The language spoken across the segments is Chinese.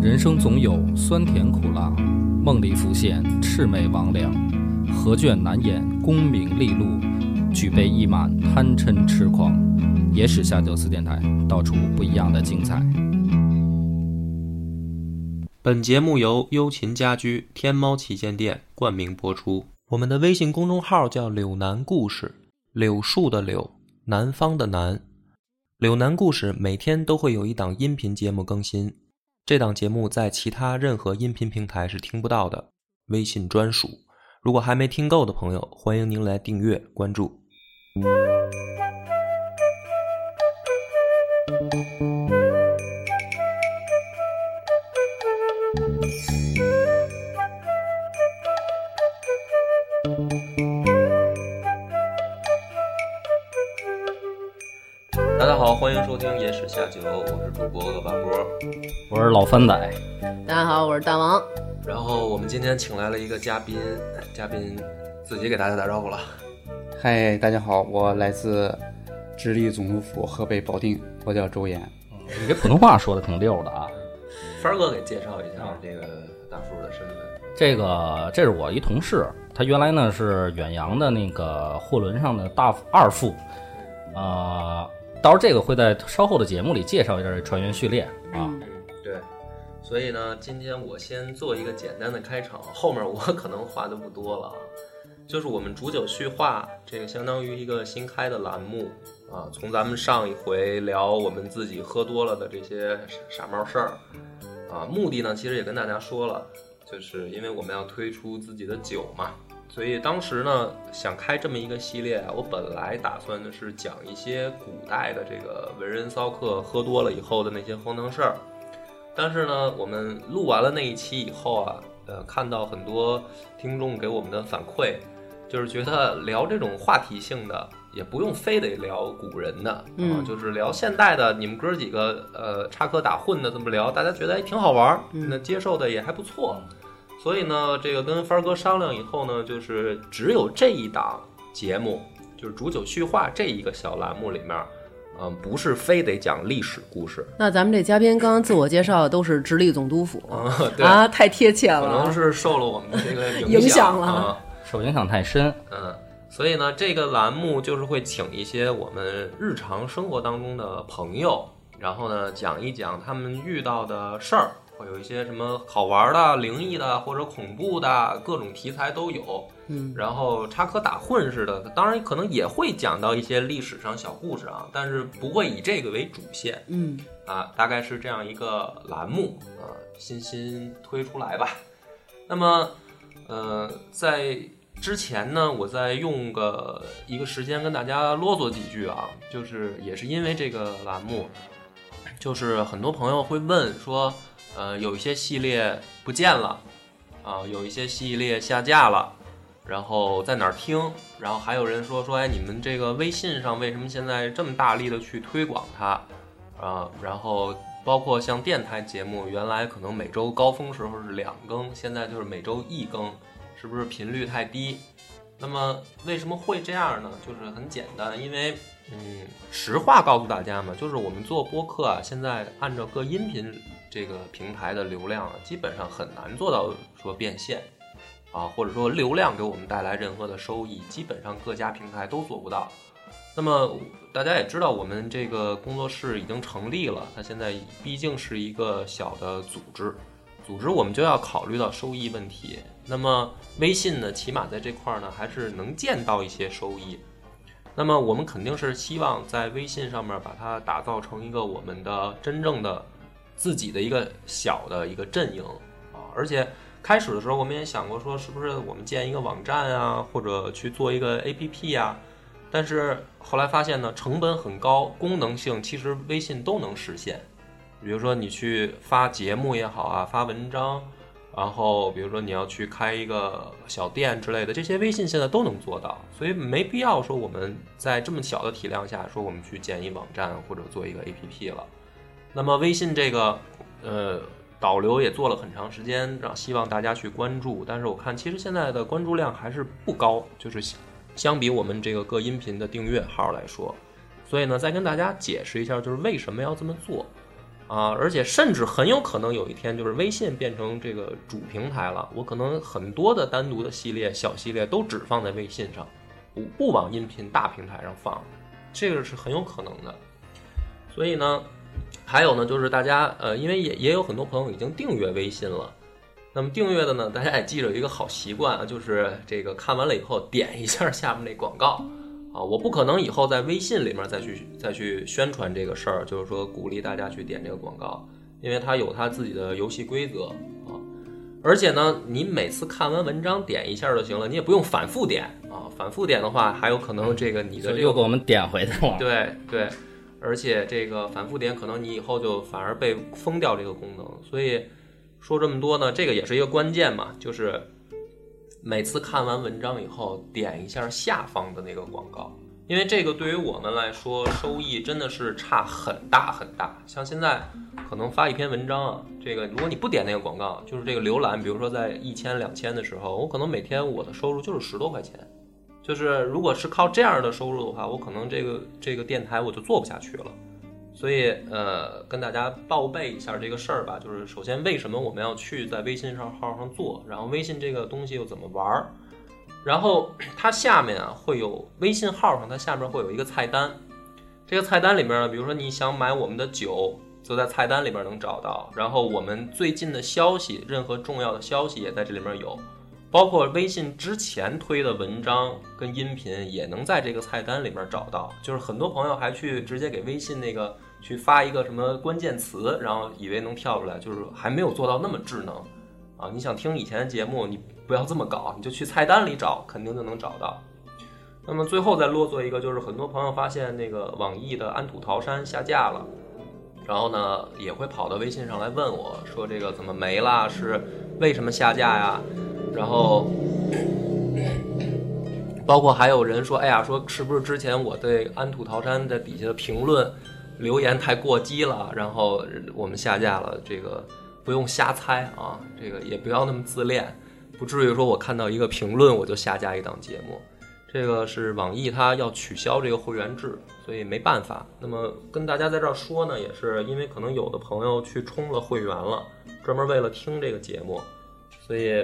人生总有酸甜苦辣，梦里浮现魑魅魍魉，何卷难掩功名利禄，举杯一满贪嗔痴狂。野史下酒四电台，道出不一样的精彩。本节目由优琴家居天猫旗舰店冠名播出。我们的微信公众号叫“柳南故事”，柳树的柳，南方的南。柳南故事每天都会有一档音频节目更新，这档节目在其他任何音频平台是听不到的，微信专属。如果还没听够的朋友，欢迎您来订阅关注。大家好，欢迎收听《野史下酒》，我是主播恶霸波。我是老番仔，大家好，我是大王。然后我们今天请来了一个嘉宾，哎嘉宾自己给大家打招呼了。嗨，大家好，我来自直隶总督府河北保定，我叫周岩。你这普通话说的挺溜的啊。帆儿哥给介绍一下这个大叔的身份。这个这是我一同事，他原来呢是远洋的那个货轮上的大副二副，啊、到时候这个会在稍后的节目里介绍一下这船员序列啊。对，所以呢，今天我先做一个简单的开场，后面我 可能话就不多了啊。就是我们煮酒叙话，这个相当于一个新开的栏目啊。从咱们上一回聊我们自己喝多了的这些傻猫事儿啊，目的呢其实也跟大家说了，就是因为我们要推出自己的酒嘛，所以当时呢想开这么一个系列啊。我本来打算的是讲一些古代的这个文人骚客喝多了以后的那些荒唐事儿，但是呢，我们录完了那一期以后啊，呃，看到很多听众给我们的反馈，就是觉得聊这种话题性的，也不用非得聊古人的，啊嗯就是聊现代的，你们哥几个呃插科打诨的这么聊，大家觉得还哎挺好玩儿，嗯那接受的也还不错。所以呢，这个跟帆儿哥商量以后呢，就是只有这一档节目，就是煮酒叙话这一个小栏目里面，嗯、不是非得讲历史故事，那咱们这嘉宾刚刚自我介绍的都是直隶总督府嗯啊，对，啊，太贴切可能了。是受了我们的这 个影响响了啊受影响太深，嗯，所以呢，这个栏目就是会请一些我们日常生活当中的朋友，然后呢讲一讲他们遇到的事儿，会有一些什么好玩的、灵异的或者恐怖的各种题材都有。嗯，然后插科打诨似的，当然可能也会讲到一些历史上小故事啊，但是不会以这个为主线嗯，啊，大概是这样一个栏目啊，新新推出来吧。那么，呃，在之前呢，我再用个一个时间跟大家啰嗦几句啊，就是也是因为这个栏目，就是很多朋友会问说，呃，有一些系列不见了啊、有一些系列下架了。然后在哪儿听？然后还有人说说，哎，你们这个微信上为什么现在这么大力的去推广它？啊，然后包括像电台节目，原来可能每周高峰时候是两更，现在就是每周一更，是不是频率太低？那么为什么会这样呢？就是很简单，因为嗯，实话告诉大家嘛，就是我们做播客啊，现在按照各音频这个平台的流量啊，基本上很难做到说变现。啊，或者说流量给我们带来任何的收益，基本上各家平台都做不到。那么大家也知道，我们这个工作室已经成立了，它现在毕竟是一个小的组织，组织我们就要考虑到收益问题。那么微信呢，起码在这块儿呢，还是能见到一些收益。那么我们肯定是希望在微信上面把它打造成一个我们的真正的自己的一个小的一个阵营啊，而且。开始的时候，我们也想过说，是不是我们建一个网站啊，或者去做一个 APP 啊，但是后来发现呢，成本很高，功能性其实微信都能实现。比如说你去发节目也好啊，发文章，然后比如说你要去开一个小店之类的，这些微信现在都能做到，所以没必要说我们在这么小的体量下说我们去建一网站或者做一个 APP 了。那么微信这个，呃。导流也做了很长时间，让希望大家去关注，但是我看其实现在的关注量还是不高，就是相比我们这个各音频的订阅号来说，所以呢，再跟大家解释一下，就是为什么要这么做啊、啊，而且甚至很有可能有一天，就是微信变成这个主平台了，我可能很多的单独的系列、小系列都只放在微信上，不不往音频大平台上放，这个是很有可能的。所以呢，还有呢，就是大家呃，因为也也有很多朋友已经订阅微信了。那么订阅的呢，大家也记着有一个好习惯啊，就是这个看完了以后点一下下面那广告啊。我不可能以后在微信里面再去再去宣传这个事儿，就是说鼓励大家去点这个广告，因为它有它自己的游戏规则啊。而且呢，你每次看完文章点一下就行了，你也不用反复点啊。反复点的话，还有可能这个你就的这又个给我们点回去了。对对，而且这个反复点可能你以后就反而被封掉这个功能。所以说这么多呢，这个也是一个关键嘛，就是每次看完文章以后点一下下方的那个广告，因为这个对于我们来说收益真的是差很大很大。像现在可能发一篇文章啊，这个如果你不点那个广告，就是这个浏览，比如说在一千两千的时候，我可能每天我的收入就是十多块钱。就是如果是靠这样的收入的话，我可能这个这个电台我就做不下去了。所以呃，跟大家报备一下这个事儿吧，就是首先为什么我们要去在微信上号上做，然后微信这个东西又怎么玩儿，然后 它下面啊会有微信号上它下面会有一个菜单，这个菜单里面呢，比如说你想买我们的酒，就在菜单里面能找到，然后我们最近的消息，任何重要的消息也在这里面有。包括微信之前推的文章跟音频也能在这个菜单里面找到。就是很多朋友还去直接给微信那个去发一个什么关键词，然后以为能跳出来，就是还没有做到那么智能啊。你想听以前的节目，你不要这么搞，你就去菜单里找，肯定就能找到。那么最后再啰嗦一个，就是很多朋友发现那个网易的《安土桃山》下架了。然后呢，也会跑到微信上来问我说这个怎么没啦？是为什么下架呀？然后包括还有人说，哎呀，说是不是之前我对安土桃山的底下的评论留言太过激了，然后我们下架了？这个不用瞎猜啊，这个也不要那么自恋，不至于说我看到一个评论我就下架一档节目。这个是网易它要取消这个会员制，所以没办法。那么跟大家在这儿说呢，也是因为可能有的朋友去充了会员了，专门为了听这个节目，所以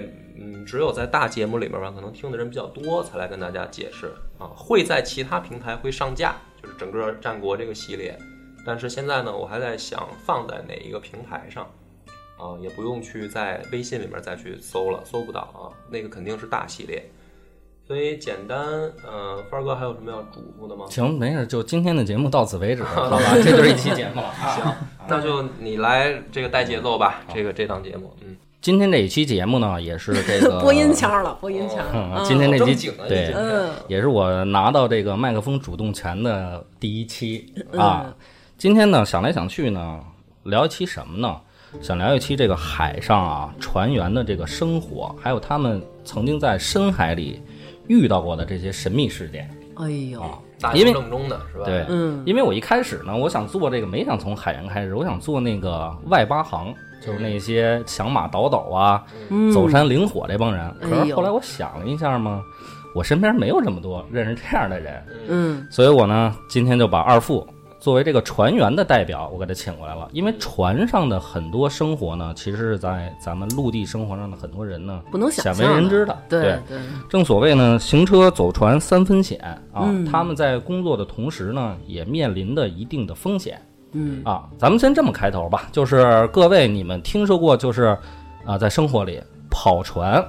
嗯，只有在大节目里面吧，可能听的人比较多，才来跟大家解释啊。会在其他平台会上架，就是整个战国这个系列，但是现在呢，我还在想放在哪一个平台上。啊，也不用去在微信里面再去搜了，搜不到啊，那个肯定是大系列。所以简单，呃，帆儿哥还有什么要嘱咐的吗？行，没事，就今天的节目到此为止，好吧？这就是一期节目了。啊那就你来这个带节奏吧，这个这档节目，嗯，今天这一期节目呢，也是这个 播音腔了，播音腔嗯了。今天这正期经的，对，嗯，也是我拿到这个麦克风主动权的第一期嗯啊。今天呢，想来想去呢，聊一期什么呢？想聊一期这个海上啊船员的这个生活，还有他们曾经在深海里遇到过的这些神秘事件。哎呦，大因为庭正中的是吧？对，嗯因为我一开始呢，我想做这个，没想从海员开始，我想做那个外八行，就是那些响马倒斗啊、嗯，走山领火这帮人。可哎是呦后来我想了一下嘛，我身边没有这么多认识这样的人，嗯，所以我呢，今天就把二副作为这个船员的代表，我给他请过来了。因为船上的很多生活呢，其实是在咱们陆地生活上的很多人呢，不能想鲜为象人的知的。对对，正所谓呢，行车走船三分险啊。嗯他们在工作的同时呢，也面临的一定的风险嗯啊。咱们先这么开头吧，就是各位你们听说过就是，啊、在生活里跑船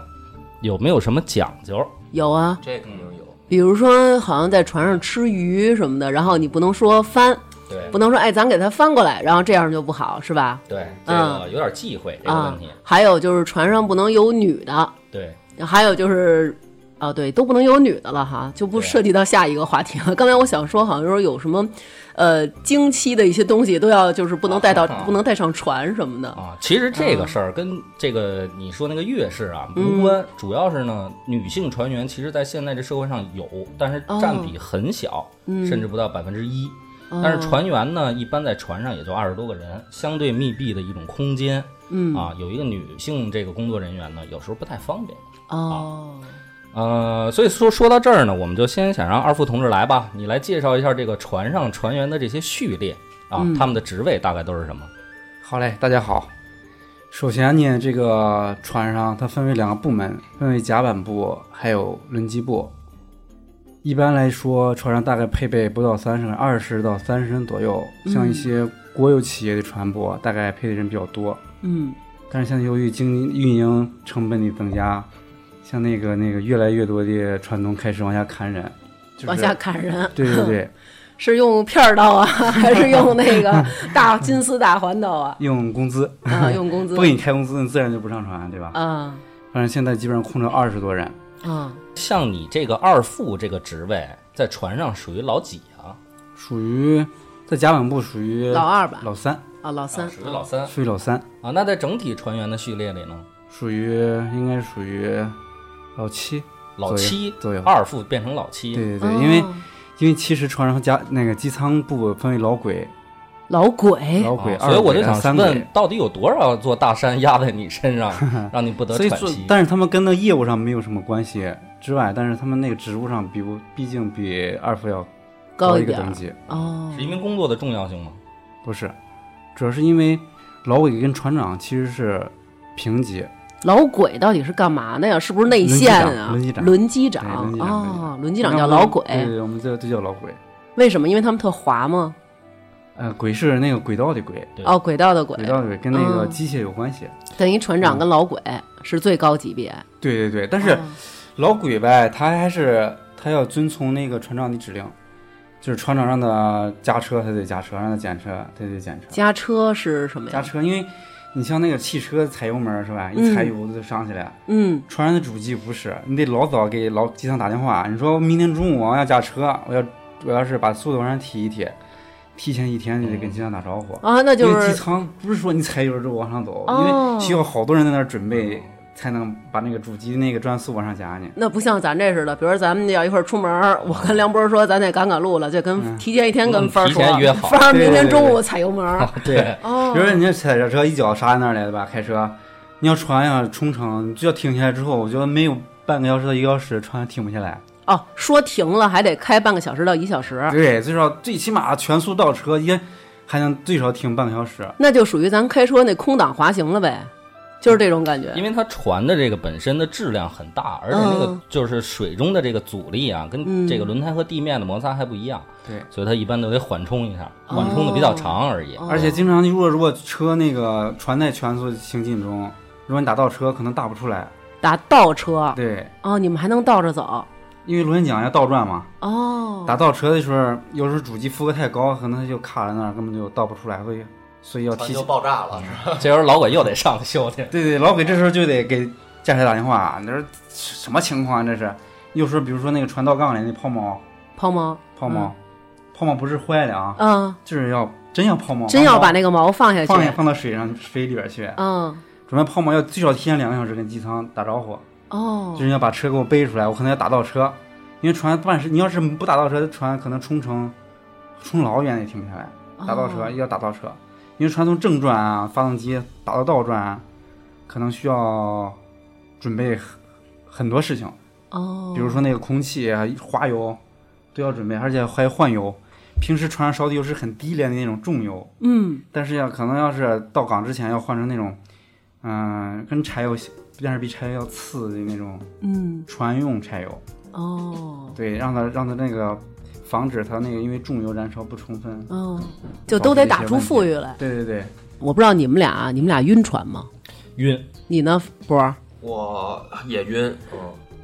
有没有什么讲究？有啊，这肯定有，比如说好像在船上吃鱼什么的，然后你不能说翻，对不能说哎咱给它翻过来，然后这样就不好是吧？对，这嗯个有点忌讳这个啊问题。，还有就是船上不能有女的，对，还有就是。啊，对，都不能有女的了哈，就不对涉及到下一个话题了。 刚才我想说，好像说有什么，呃，经期的一些东西都要就是不能带 到，啊不能带上船什么的。啊，其实这个事儿跟这个你说那个月事啊无关，主要是呢，女性船员其实在现在这社会上有，但是占比很小，甚至不到百分之一。但是船员呢，一般在船上也就二十多个人，相对密闭的一种空间。嗯啊，有一个女性这个工作人员呢，有时候不太方便。啊哦，呃，所以说说到这儿呢，我们就先想让二副同志来吧，你来介绍一下这个船上船员的这些序列啊，他们的职位大概都是什么？好嘞，大家好。首先呢，这个船上它分为两个部门，分为甲板部还有轮机部。一般来说，船上大概配备不到三十人，二十到三十人左右。嗯像一些国有企业的船舶，大概配的人比较多。嗯，但是现在由于经运营成本的增加，像那个那个越来越多的船东开始往下砍人，就是、往下砍人对对对，是用片儿 刀啊，还是用那个大金丝大环刀 啊？用工资啊，用工资不给你开工资，你自然就不上船，对吧？啊反正现在基本上空着二十多人，啊，像你这个二副这个职位，在船上属于老几啊？属于在甲板部属于老二吧，老三，啊老三，属于老三属于老三，啊。那在整体船员的序列里呢，属于应该属于老七老七左右。二副变成老对七，对对，哦因为因为其实船上甲那个机舱部分为老鬼、老鬼老啊鬼、所以我就二鬼想三鬼问，到底有多少座大山 压在你身上， 让你不得所以喘做息，？但是他们跟那业务上没有什么关系之外，但是他们那个职务上比不，毕竟比二副要高一一个点等儿级，哦是因为工作的重要性吗？不是，主要是因为老鬼跟船长其实是平级，老鬼到底是干嘛的呀？是不是内轮机线长啊？轮机长轮机对轮机长轮机哦，轮机机长叫老鬼，对对，我们这就叫老鬼。为什么？因为他们特滑吗？呃，鬼是那个轨道的轨，对哦，轨道的轨，轨道的轨跟那个嗯机械有关系。等于船长跟老鬼是最高级别。对对对，但是哦老鬼呗，他还是他要遵从那个船长的指令，就是船长让他加车，他得加车；让他减车，他得减车。加车是什么加呀？车，因为你像那个汽车踩油门儿是吧？一踩油就上去了。嗯，船上的主机不是，你得老早给老机舱打电话，你说明天中午我要驾车，我要我要是把速度往上提一提，提前一天就得跟机舱打招呼。啊，那就因为机是舱不是说你踩油门就往上走，哦因为需要好多人在那儿嗯准备，才能把那个主机那个转速往上加呢。那不像咱这似的，比如说咱们要一会儿出门儿，我跟梁波说咱得赶赶路了，就跟嗯提前一天嗯跟帆儿提说前约，好帆儿明天对对对中午踩油 门儿。对，哦比如说你这踩着车一脚刹在那儿来的吧，开车，你要船呀冲程就要停下来之后，我觉得没有半个小时到一个小时船停不下来。哦，说停了还得开半个小时到一小时，对，最少最起码全速倒车也还能最少停半个小时。那就属于咱开车那空档滑行了呗，就是这种感觉。因为它船的这个本身的质量很大，而且那个嗯就是水中的这个阻力啊，跟嗯这个轮胎和地面的摩擦还不一样，对，所以它一般都得缓冲一下，缓冲的比较长而已。哦而且经常如果如果车那个船在全速行进中，如果你打倒车可能打不出来。打倒车对，哦，你们还能倒着走因为螺旋桨要倒转嘛，哦。打倒车的时候，有时候主机负荷太高，可能它就卡在那儿，根本就倒不出来，所以所以要船提就前。爆炸了，是吧？这时候老鬼又得上修去。对对，老鬼这时候就得给驾驶打电话，你说什么情况啊这是？有时候比如说那个传道杠里那泡沫，抛锚，泡沫，泡沫不是坏的啊，嗯，就是要真要泡沫，真要把那个锚放下放下去，放到水上水里边去，嗯，准备泡沫要最少提前两个小时跟机舱打招呼，哦就是要把车给我背出来，我可能要打倒车，因为船办事，你要是不打倒车，船可能冲程冲老远也停不下来，打倒车哎哦要打倒车，因为船从正转啊，发动机打到倒转啊，可能需要准备很很多事情，哦，比如说那个空气、啊、滑油都要准备，而且还要换油。平时船上烧的油是很低廉的那种重油，嗯，但是要可能要是到港之前要换成那种，嗯、跟柴油，但是比柴油要次的那种嗯船用柴油，哦对，让它让它那个防止它那个因为重油燃烧不充分。嗯，就都得打出富裕来。对对对，我不知道你们俩，你们俩晕船吗？晕，你呢，博儿我也晕，嗯，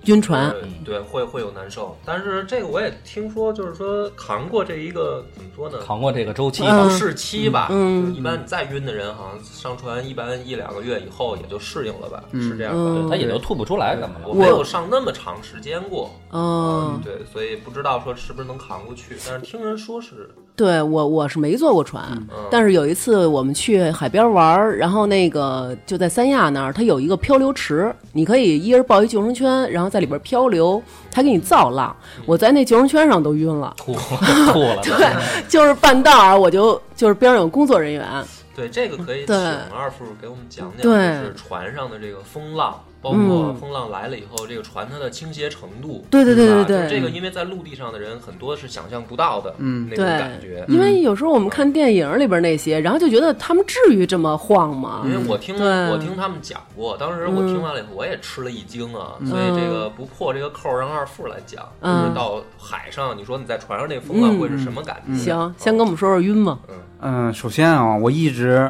晕船？呃对，会会有难受，但是这个我也听说，就是说扛过这一个怎么说呢？扛过这个周期嗯吧。试期吧，嗯就是一般你再晕的人，好像上船一般一两个月以后也就适应了吧，嗯是这样嗯的。对他也就吐不出来，怎么我 了？没有上那么长时间过，呃嗯哦，对，所以不知道说是不是能扛过去，但是听人说是，对我我是没坐过船，嗯但是有一次我们去海边玩儿，然后那个就在三亚那儿，它有一个漂流池，你可以一人抱一救生圈，然后在里边漂流，它给你造浪。嗯我在那救生圈上都晕了，吐吐了。对，就是半道儿我就就是边上有工作人员，对，这个可以请对二副给我们讲讲，就对是船上的这个风浪，包括嗯风浪来了以后，这个船它的倾斜程度。对对对吧对对，就嗯是这个因为在陆地上的人很多是想象不到的，嗯那种对感觉。因为有时候我们看电影里边那些，然后就觉得他们至于这么晃吗？嗯因为我听对嗯我听他们讲过，当时我听完了以后，我也吃了一惊啊，所以这个不破这个扣儿让二副来讲，嗯就是到海上，你说你在船上那风浪会是什么感觉？嗯行，先跟我们说说晕吗？嗯，首先啊，我一直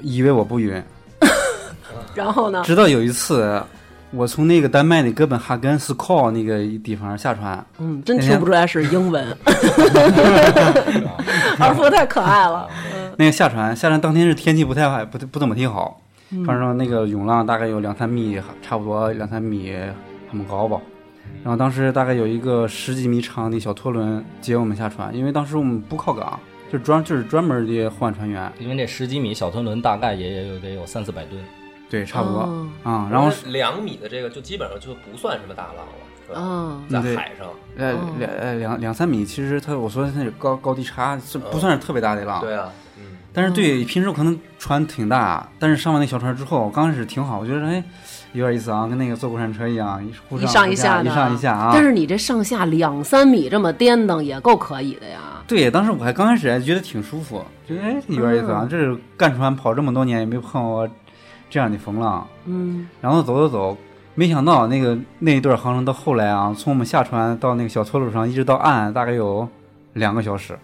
以为我不晕，嗯然后呢？直到有一次，我从那个丹麦的哥本哈根 s k o 那个地方下船，嗯，真听不出来是英 文。 二副太可爱了，那个下船下船当天是天气不太好，不不怎么挺好，反正那个涌浪大概有两三米，差不多两三米那么高吧。然后当时大概有一个十几米长的小拖轮接我们下船，因为当时我们不靠港，就专就是专门的换船员， 因为这十几米小吞轮大概也也有得有三四百吨，对，差不多哦啊、然后两米的这个就基本上就不算什么大浪了，是吧？嗯，在嗯对海上，呃哦两呃两两三米，其实它我说它是高高低差，是不算是特别大的浪。对啊，嗯，但是对，平时我可能船挺大，但是上完那小船之后，我刚开始挺好，我觉得哎有点意思啊，跟那个坐过山车一样，一忽一上上一下，的，一上一下啊。但是你这上下两三米这么颠腾也够可以的呀。对，当时我还刚开始还觉得挺舒服，觉得哎有点意思嗯啊，这是干船跑这么多年也没碰过这样的风浪。嗯，然后走走走，没想到那个那一段航程到后来啊，从我们下船到那个小搓路上一直到岸，大概有两个小时。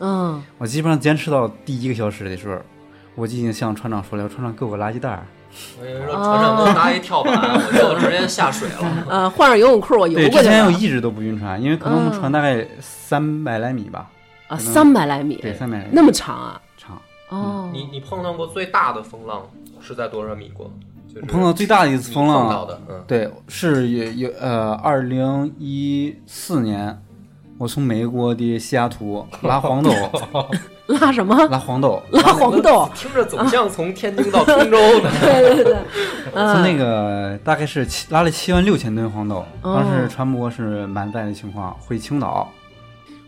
嗯，我基本上坚持到第一个小时的时候，我就已经向船长说了，船长给我个垃圾袋儿。我跟你说，船上给我搭一跳板，哦我就直接下水了。呃，换上游泳裤我游对，过嗯之去前我了一直都不晕船，因为可能我们船大概三百来米吧，啊，三百来米，对，三百来米嗯那么长啊？长。哦，你你碰到过最大的风浪是在多少米过？就是我碰到最大的一次你风碰到浪，啊的，嗯，对，是有有呃，二零一四年，我从美国的西雅图拉 黄豆，拉什么？拉黄豆，拉 黄豆？听着总像从天津到通州的。对 对对， 从那嗯个大概是七拉了七万六千吨黄豆，哦当时船舶是满载的情况，回青岛。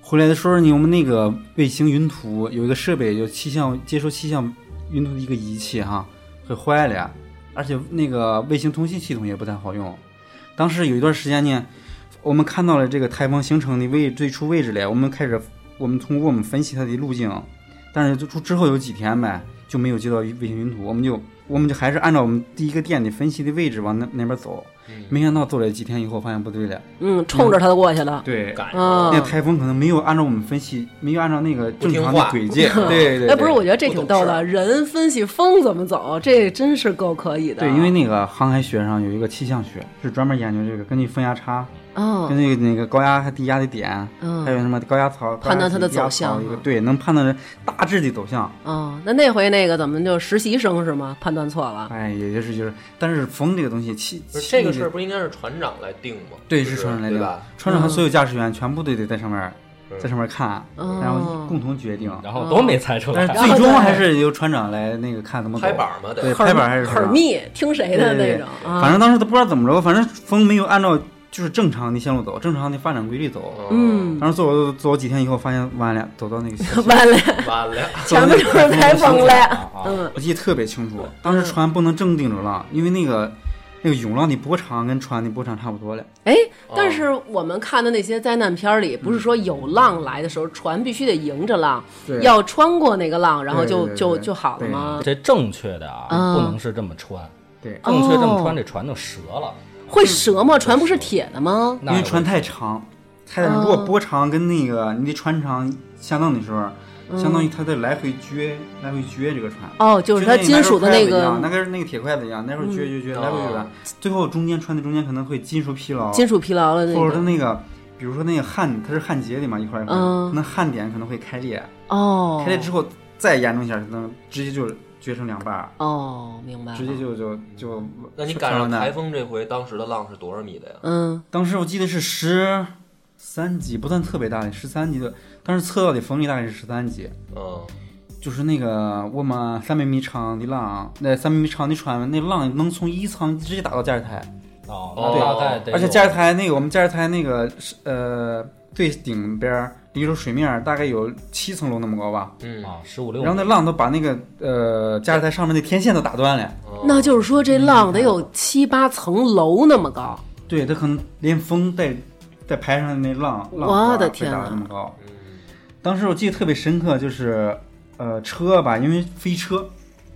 回来的时候呢，我们那个卫星云图有一个设备，有气象接收气象云图的一个仪器哈，给坏了呀，而且那个卫星通信系统也不太好用。当时有一段时间呢，我们看到了这个台风形成的位最初位置了，我们开始我们通过我们分析它的路径，但是就之后有几天呗，就没有接到卫星云图，我们就我们就还是按照我们第一个店的分析的位置往那那边走，没想到走了几天以后发现不对了，嗯，冲着他就过去了。对赶上了嗯，那台风可能没有按照我们分析，没有按照那个正常的轨迹，不听话 对对对，哎，不是，我觉得这不懂挺逗事儿的。人分析风怎么走，这真是够可以的。对，因为那个航海学上有一个气象学，是专门研究这个，根据风压差，根嗯据那个高压和低压的点，嗯还有什么高压槽，判断它的高压槽走向一个啊对，能判断大致的走向。嗯，那那回那个怎么就实习生是吗？判断错了。哎，也就是就是，但是风这个东西，气不是气这个事儿不应该是船长来定吗？对就是船长来对定吧？船嗯长和所有驾驶员全部都得在上面，嗯在上面看，哦然后共同决定。然后都没猜出但来是。最终还是由船长来那个看怎么走拍。板嘛对，得。拍板还是可船长密，听谁的那种啊？反正当时都不知道怎么着，反正风没有按照就是正常的线路走，正常的发展规律走。嗯，当时走走走几天以后，发现完了，走到那个完了，完了，前面就是台风了。啊啊！嗯我记得特别清楚，当时船不能正定着浪，因为那个那个涌浪的波长跟船的波长差不多了。哎，但是我们看的那些灾难片儿里，不是说有浪来的时候，船必须得迎着浪，对要穿过那个浪，然后就对对对就对就好了吗？啊这正确的啊，嗯不能是这么穿。对正确这么穿，哦这船就折了。会折吗？船不是铁的吗？那因为有船太长，太如果波长跟那个你的船长相当的时候，相当于它在来回撅来回撅这个船。哦，就是它金属的那个嗯那个那个铁筷子一样，那会儿撅撅撅来回哦撅，最后中间穿的中间可能会金属疲劳，哦金属疲劳的那或者它个。那个，比如说那个焊，它是焊接的嘛，一块儿一块儿嗯，那焊点可能会开裂，哦开裂之后再严重一下，能直接就撅成两半儿，哦，明白了。直接就就 就。嗯那你赶上完蛋台风这回，当时的浪是多少米的呀？嗯当时我记得是十三级，不算特别大的，十三级的，当时测到的风力大概是十三级，嗯，就是那个我们三百米长的浪，那三百米长的船，那浪能从一层直接打到驾驶台，哦，对那大概得有而且驾驶台那个我们驾驶台那个是呃最顶边儿离着水面大概有七层楼那么高吧。嗯，啊，十五六然后那浪都把那个呃加勒泰上面那天线都打断了，哦那就是说这浪得有七八层楼那么高，对，它可能连风带带排上的那浪，浪我花的被天打呐得那么高。嗯当时我记得特别深刻，就是呃车吧，因为飞车，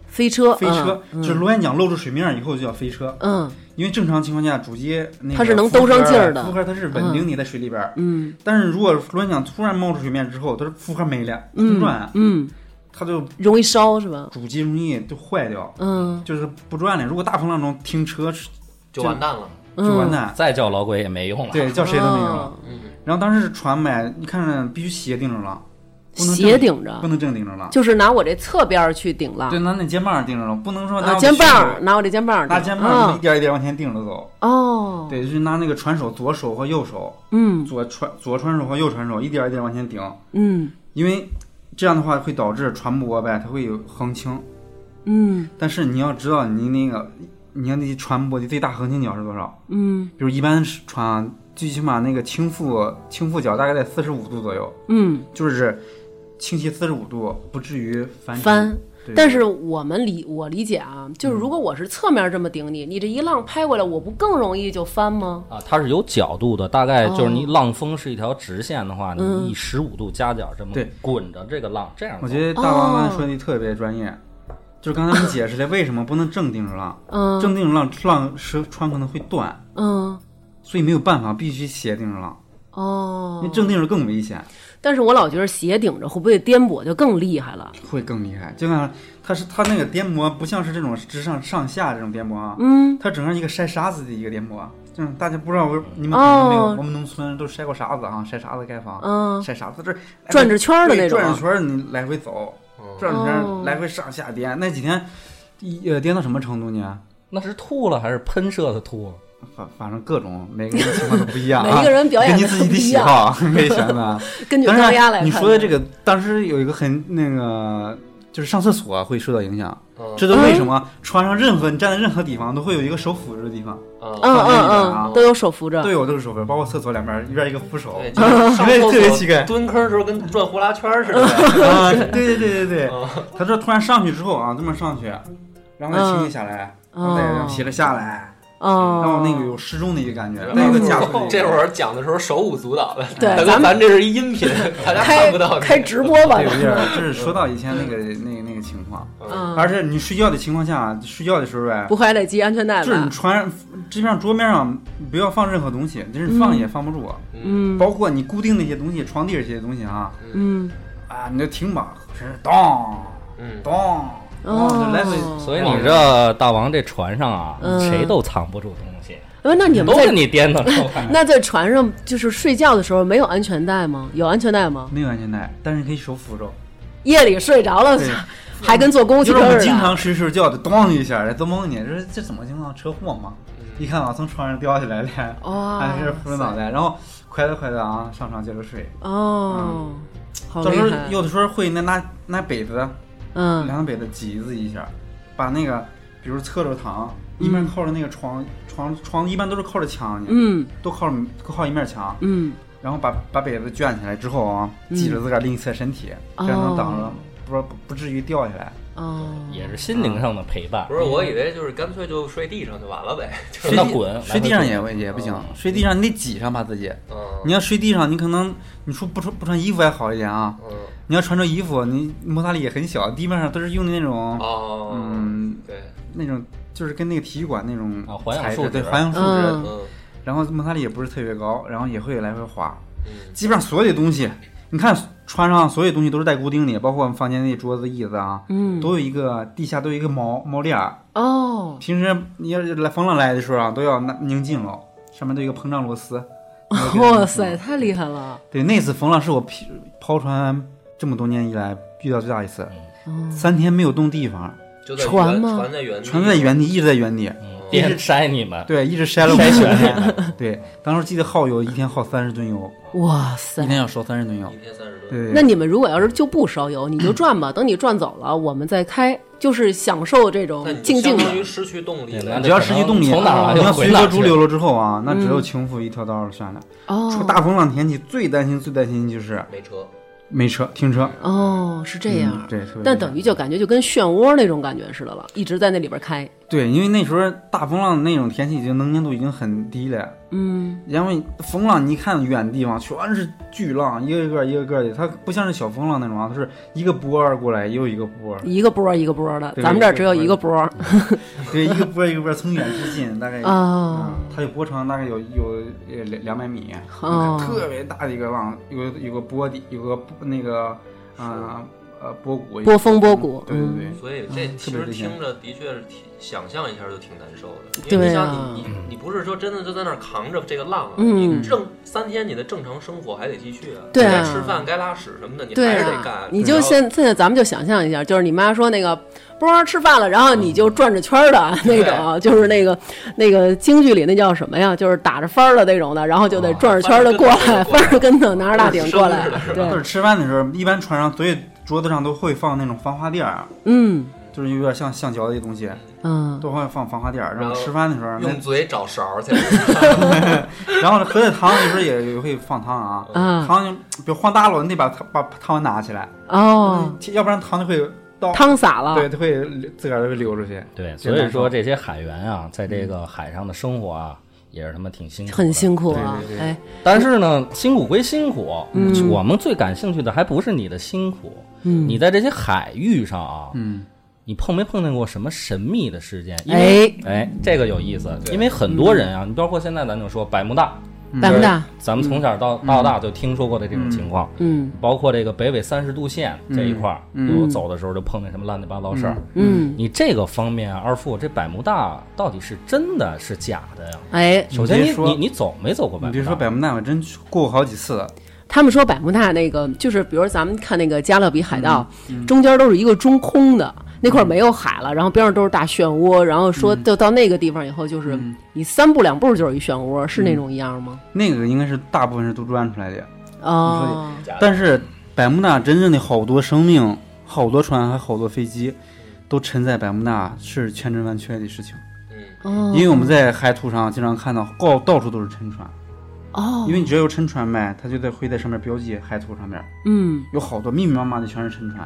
飞车，飞车、嗯就是螺旋桨露出水面以后就叫飞车，嗯因为正常情况下主机那个它是能浮兜上壳劲儿的浮壳它是稳定你在水里边儿，嗯但是如果螺旋桨突然冒出水面之后，它是负荷没了，嗯空转，啊嗯，它就容易烧是吧？主机容易就坏掉，嗯就是不转了。如果大风浪中停车是就完蛋了。嗯，就完蛋，再叫老鬼也没用了。对，叫谁都没用。哦，嗯，然后当时船呗，你看必须斜顶着浪，不能正斜，顶着不，能正顶着浪，就是拿我这侧边儿去顶浪对，，拿那肩膀顶着浪，不能说拿啊，我肩的膀嗯手，拿我这肩膀顶，拿肩膀一点一点往前顶着走，嗯哦，对，就是拿那个船手，左手和右手，嗯左船左船手和右船手一点一点往前顶，嗯因为这样的话会导致船舶呗，它会有横倾。嗯但是你要知道，你那个，你看那船舶的最大横倾角是多少？嗯比如一般是船啊，最起码那个倾覆倾覆角大概在四十五度左右，嗯，就是倾斜四十五度，不至于翻船。翻。对但是我们理我理解啊，就是如果我是侧面这么顶你，你这一浪拍过来，我不更容易就翻吗？啊，它是有角度的，大概就是你哦浪峰是一条直线的话，嗯你以十五度夹角这么对滚着这个浪，这样我走觉得大王刚才说的特别专业，就是刚才我们解释了为什么不能正定着浪，哦嗯正定着浪浪是船可能会断，嗯所以没有办法，必须斜定着浪，因哦为。正定着更危险。但是我老觉得斜顶着会不会颠簸就更厉害了？会更厉害。就像它是它那个颠簸，不像是这种直上上下这种颠簸啊，嗯，它整个一个筛沙子的一个颠簸啊。就是大家不知道，我你们可能没有，哦我们农村都筛过沙子啊，筛沙子盖房，嗯，筛沙子这转着圈儿的那哎对种转着啊。圈儿你来回走，嗯转着圈哦儿来回上下颠。那几天，一呃，颠到什么程度呢？那是吐了还是喷射的吐？反反正各种每个人情况都不一样 每啊一个。人表演根据的自己不的一喜样，好 可以选择。 根据当高压来然，看。你说的这个，当时有一个很那个，就是上厕所啊会受到影响。嗯这都为什么船上任何你站在任何地方都会有一个手扶着的地方，嗯嗯，上面一点嗯啊嗯，都有手扶着都。有这个手扶，包括厕所两边一边一个扶手， 对，就是上特别厕特别所奇怪蹲坑的时候跟转呼啦圈儿似的。啊，对 对对对对嗯。他这突然上去之后啊，这么上去，然后再倾斜下来，然后哦再斜着下来，哦，然后那个有失重的一个感觉，嗯然那后个架子的一个这会儿讲的时候手舞足蹈的，对大哥，咱们咱这是一音 频，大家看开不到。开直播吧对，有点儿就是说到以前那个那个那个情况，嗯，而嗯，且你睡觉的情况下，睡觉的时候呗，不会还得系安全带就是吧你？船，基本上桌面上不要放任何东西，就是放也放不住，嗯嗯包括你固定那些东西，床底儿这些东西啊，嗯，啊，你就停吧，真是当嗯，当哦当，就来回。所以你这大王这船上啊，嗯谁都藏不住东西，呃，那你们都在。给你颠到这块那在船上就是睡觉的时候没有安全带吗？有安全带吗？没有安全带，但是可以手扶着。夜里睡着了对，还跟坐公共汽就车是我们似经的。常睡睡觉的，咣一下，来做梦呢，这这怎么情况？车祸吗？嗯一看啊，从床上掉下来了，哇还是扶着脑袋，然后快的快的啊，上床接着睡。哦，好嗯到时厉候害！有的时候会拿拿拿被子，嗯两个被子挤自己一下，把那个比如侧着躺，一面靠着那个床床床一般都是靠着墙的，嗯嗯都靠着靠一面墙，嗯，然后把把被子卷起来之后啊，嗯系着自个儿另一侧身体，哦这样能挡着，不不不至于掉下 来。哦，也是心灵上的陪嗯伴不，是，我以为就是干脆就睡地上就完了呗。就让睡它地滚，哦睡地上来回也会也不行，睡地上你得挤上吧自己。嗯你要睡地上，你可能你说不穿不穿衣服还好一点啊，嗯你要穿着衣服，你摩擦力也很小，地面上都是用的那种哦嗯对那种就是跟那个体育馆那种啊环氧材质树对脂环氧树嗯脂，嗯然后摩擦力也不是特别高，然后也会来回滑。嗯基本上所有的东西，你看船上所有东西都是带固定的，包括我们房间那桌子、椅子啊，嗯都有一个地下都有一个锚锚链儿。哦，平时你要是来风浪来的时候啊，都要拿拧紧了，上面都有一个膨胀 螺丝。你要给它哇拧塞，紧！太厉害了！对，那次风浪是我劈抛船这么多年以来遇到最大一次，哦三天没有动地方，就在船原吗船在原地哦船在原地一直在原地，嗯边筛你们，对，一直筛了五筛十选你年。们。 对，当时记得耗油一天耗三十吨油，嗯哇一塞！天要烧三十吨油一。天三十吨，对，那你们如果要是就不烧油，你就转吧，等你转走了，我们再开，就是享受这种那你静就静相的当。于失去动力那了只。要失去动力，从哪儿来你又像回随哪儿波去逐流了之后啊，那只有嗯情妇一条道儿算了。出哦大风浪天气，最担心、最担心就是没车，没车、停车。哦，是这样嗯。对，特别但是等于就感觉就跟漩涡那种感觉似的了，一直在那里边开。对，因为那时候大风浪那种天气已经能见度已经很低了，嗯，因为风浪你一看远地方全是巨浪，一个一个一个个的，它不像是小风浪那种啊，它是一个波儿过来又一个波儿，一个波儿一个波儿的，对咱们这儿只有一个波儿对，一个波儿一个波儿从远至近，大概啊。嗯，它有波长大概有有呃两两百米，哦特别大的一个浪，有个有个波底，有个波那个啊呃波谷，波峰波谷对对对，所以这嗯其特别实危险听着的确是挺，想象一下就挺难受的。因为你对想啊你，你你不是说真的就在那儿扛着这个浪啊，嗯你正三天你的正常生活还得继续啊，对该啊吃饭该拉屎什么的你对还是得啊干。，你然就后现现在咱们就想象一下，就是你妈说那个波儿吃饭了，然后你就转着圈儿的那种，就是那个那个京剧里那叫什么呀？就是打着翻儿的那种的，然后就得转着圈儿的过来，翻着跟头拿着大鼎过来是的是的，对就是，吃饭的时候，一般船上所以桌子上都会放那种防滑垫儿，啊嗯就是有点像橡胶的东西，嗯，都会放防滑垫儿。然然后后吃饭的时候，用那嘴找勺儿 去。然后喝的汤有时候也也会放汤啊，啊汤就比如晃大了，你得把汤把汤拿起来，哦，要不然汤就会倒，汤洒了，对，它会流自个儿就会流出去。对，简所单以说说这些海员啊，在嗯这个海上的生活啊，也是他妈挺辛苦，很。辛苦啊对对，对哎，但是呢，辛苦归辛苦，嗯我们最感兴趣的还不是你的辛苦，嗯你在这些海域上啊，嗯，你碰没碰见过什么神秘的事件？因为哎，嗯哎，这个有意思，因为很多人啊，你包括现在咱就说百慕大，百慕大，咱们从嗯小到到大就听说过的这种情况，嗯包括这个北纬三十度线这一块儿，嗯我走的时候就碰见什么乱七八糟事儿。嗯，你这个方面啊，二副，这百慕大到底是真的是假的呀？哎，首先你，你你别说你走没走过百你慕大？别说百慕大，我真去过过好几次了。他们说百慕大那个，就是比如咱们看那个《加勒比海盗》嗯中间都是一个中空的。那块儿没有海了，然后边上都是大漩涡，然后嗯说就到那个地方以后，就是你三步两步就是一漩涡，是嗯那种一样吗？那个应该是大部分是都钻出来的，哦，但是百慕大真正的好多生命、好多船还好多飞嗯机，都沉在百慕大是千真万确的事情。嗯，哦，因为我们在海图上经常看到，到到处都是沉船，哦，因为你只要有沉船呗，它就在会在上面标记海图上面嗯有好多密密麻麻的全是沉船，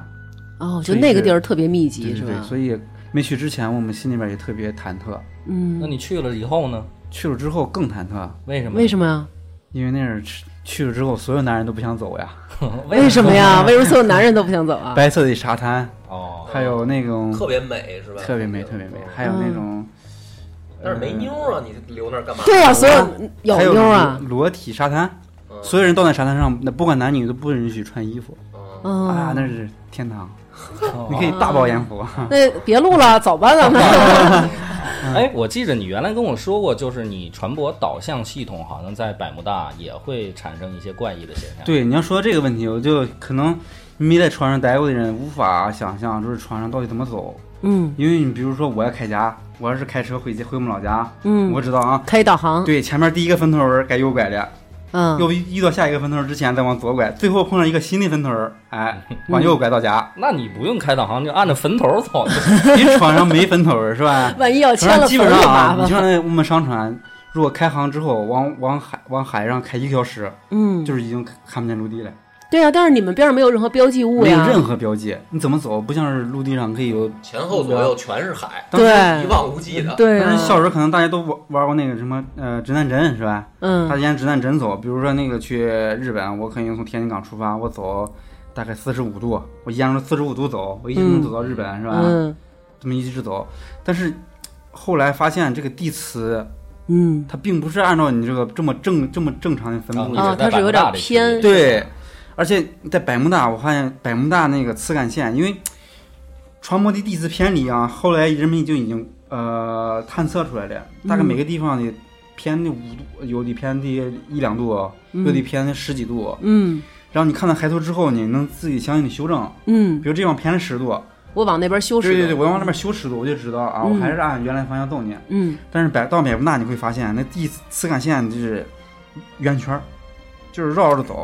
哦，就所以那个是地儿特别密对集，对是对，吧？所以没去之前我们心里边也特别忐忑，那嗯，你去了以后呢？去了之后更忐忑，为什么？为什么呀？因为那是去了之后所有男人都不想走呀，么？为什么呀？为什么所有男人都不想走 啊？白色的沙滩，哦，还有那种特别美是吧？嗯特别美特别美，还有那种，但是没妞儿啊，你留那儿干嘛？对呀、所有有还有妞儿啊，裸裸体沙滩，嗯所有人到那沙滩上，那不管男女都不允许穿衣服嗯，嗯，啊，那是天堂， 嗯你可以大饱眼福。啊那别录了，走吧，咱们。 哎，我记着你原来跟我说过，就是你船舶导向系统好像在百慕大也会产生一些怪异的现象。，对，你要说这个问题，我就可能没在船上待过的人无法想象，就是船上到底怎么走。嗯因为你比如说，我要开家，我要是开车回家回我们老家，我嗯，知道啊，可以导航。对，前面第一个分头儿该右拐了，嗯，要不遇到下一个分头儿之前再往左拐，最后碰上一个新的分头儿，哎，往右拐到家。那你不用开导航，你就按着坟头走就行。因为船上没分头儿是吧？万一要签船了上基本坟上就啊麻，你就烦。像 那我们商船，如果开航之后往往海往海上开一个小时，嗯，就是已经看不见陆地了。对啊呀、但是你们边上没有任何标记物没有呀。任何标记，你怎么走？不像是陆地上可以有。前后左右全是海，当时一对望无际的。对、当啊，时小时候可能大家都玩玩过那个什么呃指南针是吧？大嗯家沿指南针走，比如说那个去日本，我可以从天津港出发，我走大概四十五度，我沿着四十五度走，我一直能嗯走到日本、是吧？嗯这么一直走，但是后来发现这个地磁嗯它并不是按照你这个这么正这么正常的分布的，啊它是有点偏对，而且在百慕大，我发现百慕大那个磁感线，因为船舶的地质偏离啊，后来人们就已经呃探测出来了，大概每个地方的偏的五度，有的偏的一两度，有的偏的十几度。嗯然后你看到海图之后，你能自己相应的修正，嗯比如这方偏了十度，我往那边修十对度。对对，我往那边修十度，我就知道啊，我还是按原来方向动去。嗯，但是百到美不纳，你会发现那地磁感线就是圆圈儿，就是绕着走，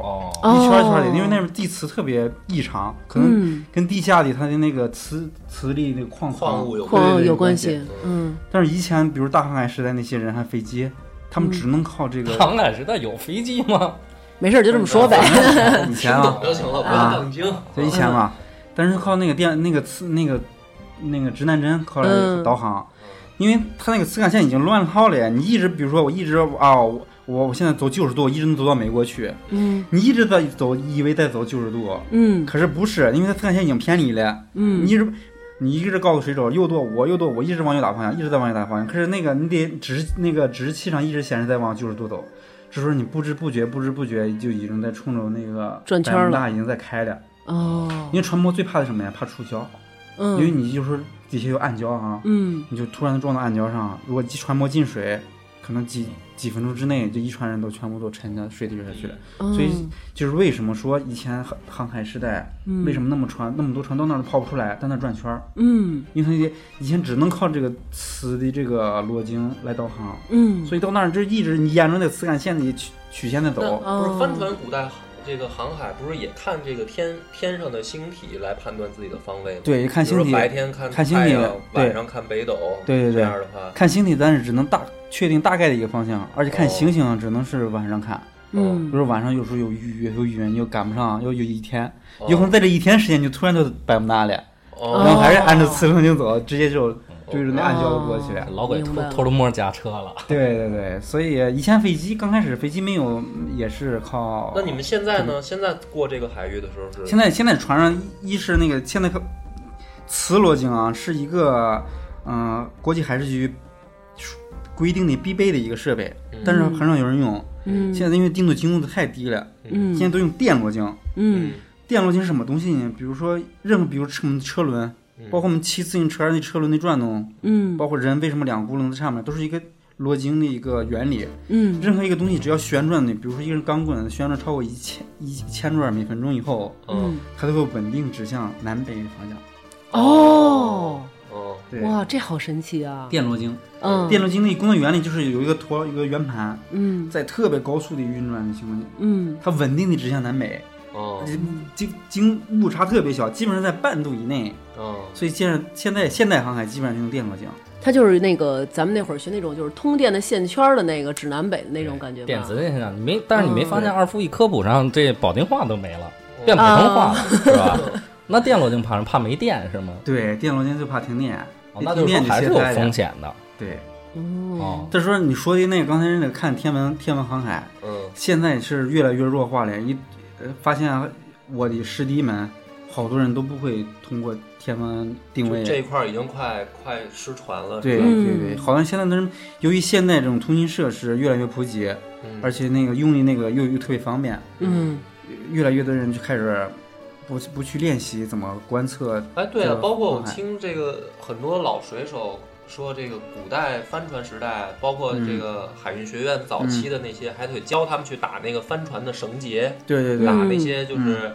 哦，哦嗯一圈儿一圈儿的，因为那边地磁特别异常，可能嗯，跟地下里它的那个磁磁力那个矿矿物有对对矿对有有关关系系。嗯，但是以前比如大航海时代那些人还飞机，他嗯们只能靠这个。航海时代有飞机吗？没事儿，就这么说呗。以前啊，不要行了，不啊要杠精。就以前嘛，但是靠那个电那个磁那个那个指南针靠嗯来导航，因为它那个磁感线已经乱套了呀。你一直比如说我一直啊我我我现在走九十度，我一直能走到美国去，嗯你一直在走，以为在走九十度，嗯可是不是，因为它磁感线已经偏离了。嗯你一直你一直告诉水手右舵，我右舵，我一直往右打方向，一直在往右打方向。可是那个你得指那个指示器上一直显示在往九十度走，这时候你不知不觉不知不觉就已经在冲着那个转圈儿了百慕大已经在开了。哦因，为船舶最怕的是什么呀？怕触礁，因为嗯你就是底下有暗礁啊，嗯你就突然撞到暗礁上，如果船舶进水，可能几几分钟之内，这一船人都全部都沉到水底下去了。嗯，所以就是为什么说以前航航海时代，嗯为什么那么船那么多船到那儿都跑不出来，在那儿转圈儿？嗯因为它以前只能靠这个磁的这个螺经来导航，嗯所以到那儿就一直你沿着那个磁感线的曲曲线在走。哦那不是帆船古代这个航海不是也看这个天天上的星体来判断自己的方位吗？对，看比如说星体，白天看看星太体阳，对晚上看北斗，对对对这样的话，看星体，但是只能大确定大概的一个方向，而且看星星只能是晚上看。比嗯如晚上有时候有预约，有云，又赶不上，又有一天，哦有可能在这一天时间就突然就百慕大了，然哦后还是按照磁场经走，直接就对着那暗礁就过去。哦老鬼偷明白了偷着摸着驾车了，对对对，所以以前飞机刚开始飞机没有，也是靠。那你们现在呢？现在过这个海域的时候是现在现在船上一是那个现在可磁罗经啊，是一个嗯、呃国际海事局规定的必备的一个设备，但是很少有人用。嗯现在因为精度精度太低了，嗯现在都用电罗经。嗯电螺经是什么东西呢？比如说任何，比如车我们车轮，包括我们骑自行车那车轮的转动，嗯包括人为什么两轱辘在上面，都是一个螺经的一个原理。嗯任何一个东西只要旋转的，比如说一根钢棍旋转超过一千一千转每分钟以后，嗯嗯它都会稳定指向南北方向。哦，哦对，哇，这好神奇啊！电螺经，嗯电螺经的工作原理就是有一个陀一个圆盘，嗯在特别高速的运转的情况下，嗯它稳定的指向南北，哦经经误差特别小，基本上在半度以内。哦所以现在现在现代航海基本上用电螺经。它就是那个咱们那会儿学那种就是通电的线圈儿的那个指南北的那种感觉吧。电子现象你没，但是你没嗯发现对二夫一科普上这保定话都没了，变普啊通话了是吧？那电路镜怕是怕没电是吗？对，电螺经就怕停电，哦那就是说还是有风险的对，哦哦，再说你说的那个刚才那个看天文天文航海，嗯现在是越来越弱化了。一呃，发现啊我的师弟们，好多人都不会通过天文定就位。这一块儿已经快快失传了，对是吧对对，嗯好像现在的人，由于现在这种通信设施越来越普及，嗯而且那个用的那个又又特别方便，嗯越来越多人就开始不不去练习怎么观测。哎，对了，这个包括我航海听这个很多老水手说，这个古代帆船时代，包括嗯这个海运学院早期的那些，还得教他们去打那个帆船的绳结，对对对打嗯那些就是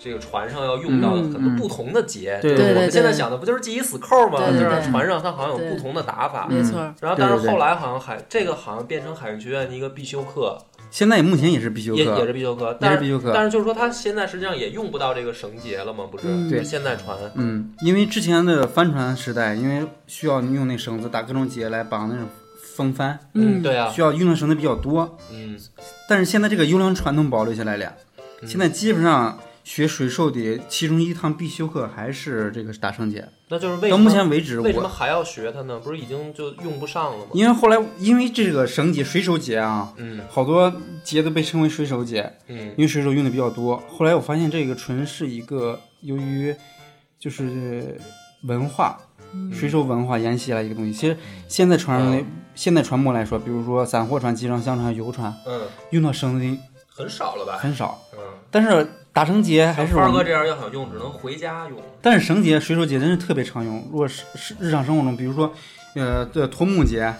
这个船上要用到的很多嗯不同的结。对就是我对们对现在想的不就是系一死扣吗？就对对是对船上它好像对有不同的打法。没错儿。然后，但嗯是对对对后来好像海这个好像变成海运学院的一个必修课，现在目前也是必修也也课，是必修课，也但是是必修课。但是就是说，它现在实际上也用不到这个绳结了嘛，不是？嗯就对现在船，嗯，因为之前的帆船时代，因为需要用那绳子打各种结来绑那种风帆，嗯对啊，需要用的绳子比较多。嗯，但是现在这个优良传统保留下来了，现在基本上学水手的其中一堂必修课还是这个打绳结。那就是为什到么目前为止，为什么我还要学它呢？不是已经就用不上了吗？因为后来因为这个绳结水手结啊，嗯好多结都被称为水手结，嗯因为水手用的比较多。后来我发现这个纯是一个由于就是文化，嗯水手文化沿袭来一个东西。其实现在船上的、现在船舶来说，比如说散货船、集装箱船、游船，嗯，用到绳子很少了吧？很少，嗯，但是打绳结还像是花我哥们。这样要想用，只能回家用。但是绳结、水手结真是特别常用。如果是是日常生活中，呃比如说呃，这驼木结，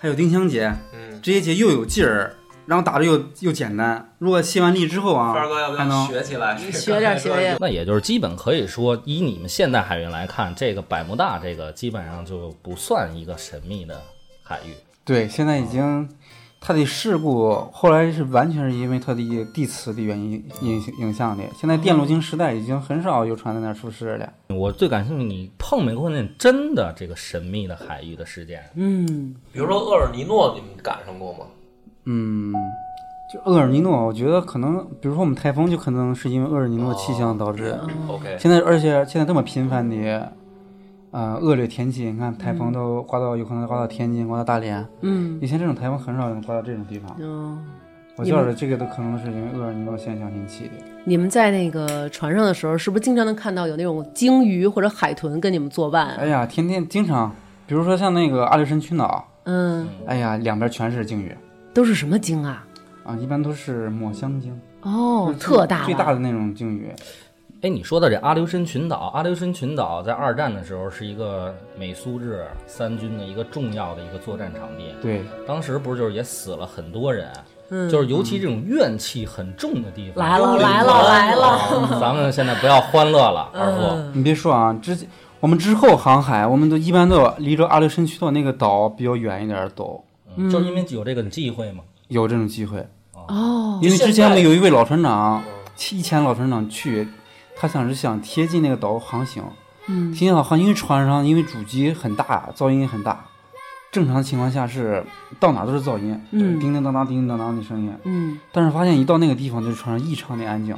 还有丁香结，嗯这些结又有劲儿，然后打的又又简单。如果吸完力之后啊，发哥要不还要能学起来？学点学点。那也就是基本可以说，以你们现代海运来看，这个百慕大这个基本上就不算一个神秘的海域。对，现在已经它的事故后来是完全是因为它的地磁的原因影影响的。现在电路经时代已经很少有船在那儿出事了。我最感兴趣，你碰没碰见真的这个神秘的海域的事件？啊嗯， 比如说厄尔尼诺，你们赶上过吗？嗯，就厄尔尼诺，我觉得可能，比如说我们台风，就可能是因为厄尔尼诺气象导致。嗯 OK，现在，而且现在这么频繁的，呃，恶劣天气，你看台风都刮到，有可能刮到天津，刮到大连。嗯，以前这种台风很少能刮到这种地方。嗯，我觉得这个都可能是因为厄尔尼诺现象引起的。你们在那个船上的时候，是不是经常能看到有那种鲸鱼或者海豚跟你们作伴？啊嗯哎呀，天天经常，比如说像那个阿留申群岛，嗯，哎呀，两边全是鲸鱼都是什么鲸啊？啊，一般都是抹香鲸，哦就是，特大，嗯嗯最大的那种鲸鱼。哎，你说到这阿留申群岛，阿留申群岛在二战的时候是一个美苏日三军的一个重要的一个作战场地，对，当时不是就是也死了很多人，嗯就是尤其这种怨气很重的地方来了幽灵来了岛来啊咱们现在不要欢乐了，二叔。嗯你别说啊，之前我们之后航海，我们都一般都要离着阿留申群岛那个岛比较远一点儿走，嗯就是因为有这个忌讳嘛。有这种机会。哦，因为之前我们有一位老船长，以前老船长去，他想是想贴近那个岛航行，嗯贴近岛航行，因为船上因为主机很大，噪音很大，正常情况下是到哪都是噪音，嗯叮叮当当、叮叮当当的声音，嗯，但是发现一到那个地方，就是船上异常的安静，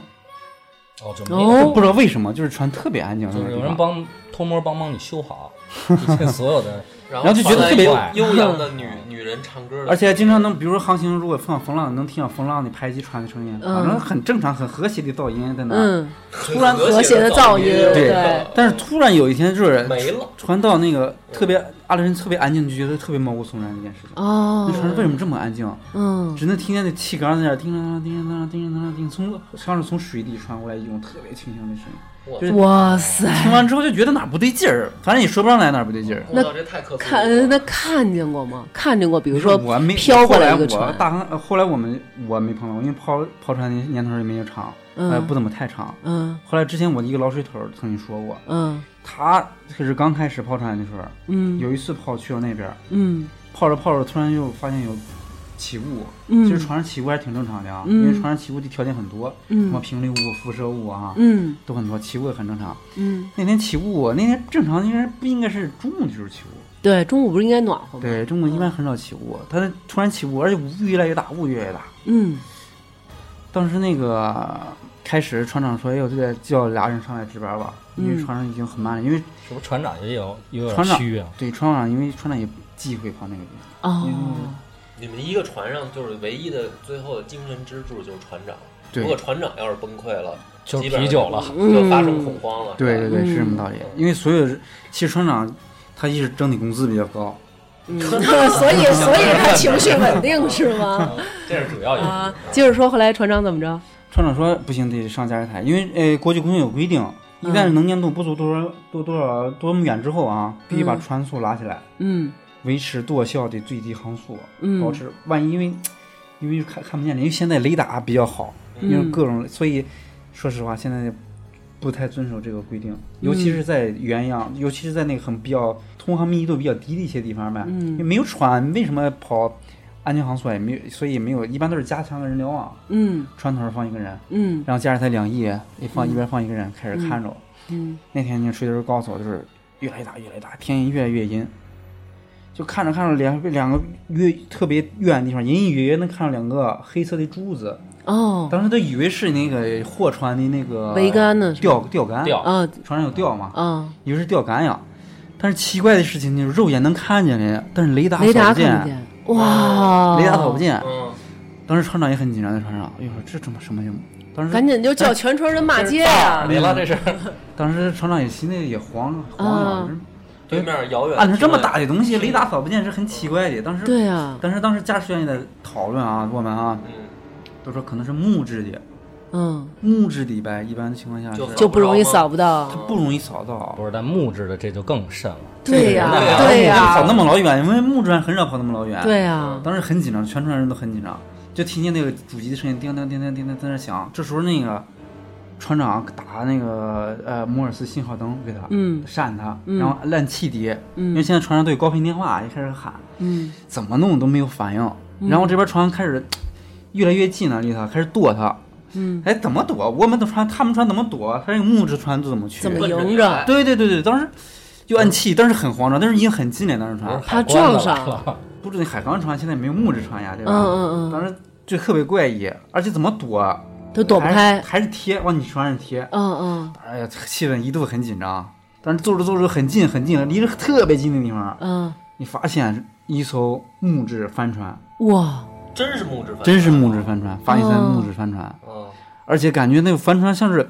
哦，就哦没有，不知道为什么，就是船特别安静，就是那个有地人方帮偷摸帮帮你修 好，一切所有的然然后就觉得特别传来悠悠扬 的女女人唱歌的，而且经常能，比如说航行，如果放风浪，能听到风浪的拍击船的声音，嗯反正很正常、很和谐的噪音在那。嗯，突突然和谐的噪音对对但是突然有一天，就是嗯没了。船到那个特别阿留申特别安静，就觉得特别毛骨悚然的一件事情。哦那，船为什么这么安静？嗯，只能听见那气缸在那儿叮当当、叮当当、叮当当、叮，从像是从水底传过来一种特别清香的声音。嗯哇塞，听完之后就觉得哪儿不对劲儿，反正也说不上来哪儿不对劲儿。那这太克苏鲁看那了，看见过吗？看见过，比比如说我没飘过来一个后我船，大航呃后来我们我没碰到，因为抛抛船的年头也没有长，呃嗯不怎么太长。嗯后来之前我的一个老水头儿曾经说过，嗯他可是刚开始抛船的时候，嗯有一次抛去了那边儿，嗯泡着泡着突然就发现有起雾，嗯其实船上起雾还是挺正常的啊，嗯因为船上起雾的条件很多，什么嗯平流雾、辐射雾啊，嗯都很多，起雾也很正常。嗯，那天起雾，那天正常应该不应该是中午就是起雾？对，中午不是应该暖和吗？对，中午一般很少起雾，它突然起雾，而且雾越来越大，雾越来越大。嗯当时那个开始船长说：“哎呦，这得叫俩人上来值班吧，因为嗯船上已经很慢了，因为是不是船长也有有点船长虚啊？对船长，因为船长也忌讳跑那个地方。哦，你们一个船上就是唯一的最后的精神支柱就是船长。对如果船长要是崩溃了，就是基本上啤酒了就发生恐慌了。对对对，是这么嗯道理。因为所有人其实船长他一是整体工资比较高，嗯 所 以所以他情绪稳定是吗？这是主要因啊，接着说，后来船长怎么着？船长说不行，得上加日台，因为呃，国际空运有规定，一旦是嗯能见度不足多少多多少多么远之后啊，必须把船速拉起来，嗯维持舵效的最低航速，保嗯持。万一因为因为看看不见了，因为现在雷达比较好，嗯因为各种，所以说实话，现在不太遵守这个规定，尤嗯其是在原样，尤其是在那个很比较通航密集度比较低的一些地方呗，嗯因为没有船，为什么跑安全航速也没有，所以没有，一般都是加强的人流往，嗯船头上放一个人。嗯然后加上他两翼，一放一边放一个人，开始看着我。嗯那天那水头告诉我，就是越来越大，越来越大，天越来越阴。就看着看着两两个越特别远的地方，隐隐约约能看到两个黑色的柱子，哦，当时都以为是那个货船的那个桅杆呢？钓钓竿，掉啊船上有钓嘛，啊，以为是钓竿呀。但是奇怪的事情就是肉眼能看见的，但是雷达雷达扫不看不见，见，哇，雷达扫不，见。嗯，当时船长也很紧张，在船上，哎呦，这怎么什么什么？当时赶紧就叫全船人骂街呀！嗯没了，这是当时船长也心里也慌了，慌了啊，对面遥远按照这么大的东西，雷达扫不见是很奇怪的。当时，对啊呀，但是当时驾驶员也在讨论啊，我们啊嗯，都说可能是木质的，嗯，木质的呗，一般的情况下就是就不容易扫不它到。不容易扫到。不是？但木质的这就更甚了。对呀对呀，对跑那呀，么老远，因为木质很少跑那么老远。对呀，当时很紧张，全船人都很紧张。就听见那个主机的声音叮叮叮叮叮叮在那响。这时候那个船长打那个呃摩尔斯信号灯给他，嗯闪他，嗯然后按汽笛，因为嗯现在船上都有高频电话，就开始喊，嗯怎么弄都没有反应。然后这边船开始越来越近了，离他开始躲他，嗯，哎，怎么躲？我们的船，他们船怎么躲？他那个木质船就怎么去？怎么奔迎着着来？对对对对，当时就按气，但是很慌张，但是已经很近了，当时嗯船。他撞上了，不止那海钢船现在没有木质船呀，对嗯吧？嗯嗯，当时就特别怪异，而且怎么躲啊都躲不还开是，还是贴往你船上贴。嗯嗯哎呀，气氛一度很紧张，但是坐着坐着很近很近，离着特别近的地方，嗯，你发现一艘木质帆船，哇，真是木质帆，真是木质。帆船，发现一艘哦木质帆船，嗯而且感觉那个帆船像是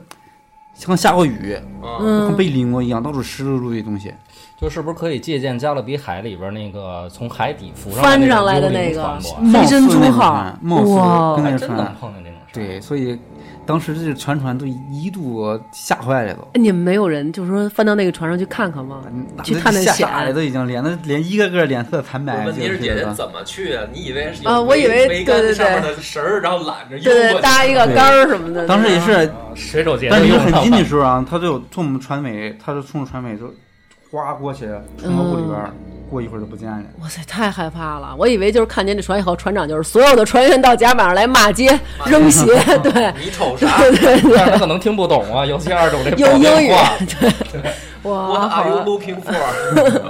像下过雨，嗯，跟嗯被淋过一样，到处湿漉漉的东西。就是不是可以借鉴《加勒比海》里边那个从海底浮翻来上来的的那个嗯船舶？啊飞珍珠号号，貌似跟还那真能船，碰见这种事儿。啊对，所以当时这全船都一度吓坏了都。哎你们没有人就是说翻到那个船上去看看吗？去看那吓险傻了，都已经脸，那脸一个个脸色惨白。问题是哎就姐姐吧怎么去啊？你以为是有啊我以桅杆为对对对上面的绳儿，然后揽着对对，悠过搭一个杆儿什么的。当时也是，水手节但都离用得上了，很近的时候啊，他就冲我们船尾，他就冲着船尾就哗过去，冲到屋里边儿，嗯过一会儿就不见了。哇塞，太害怕了！我以为就是看见这船以后，船长就是所有的船员到甲板上来骂街、扔 鞋，对去。你瞅啥？ 对对但是 对，他可能听不懂啊，尤其二 种这用保定英语话， 对，哇， What 好 are you 了 looking for？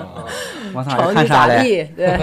我操，瞅看你咋啥嘞？地？ 对，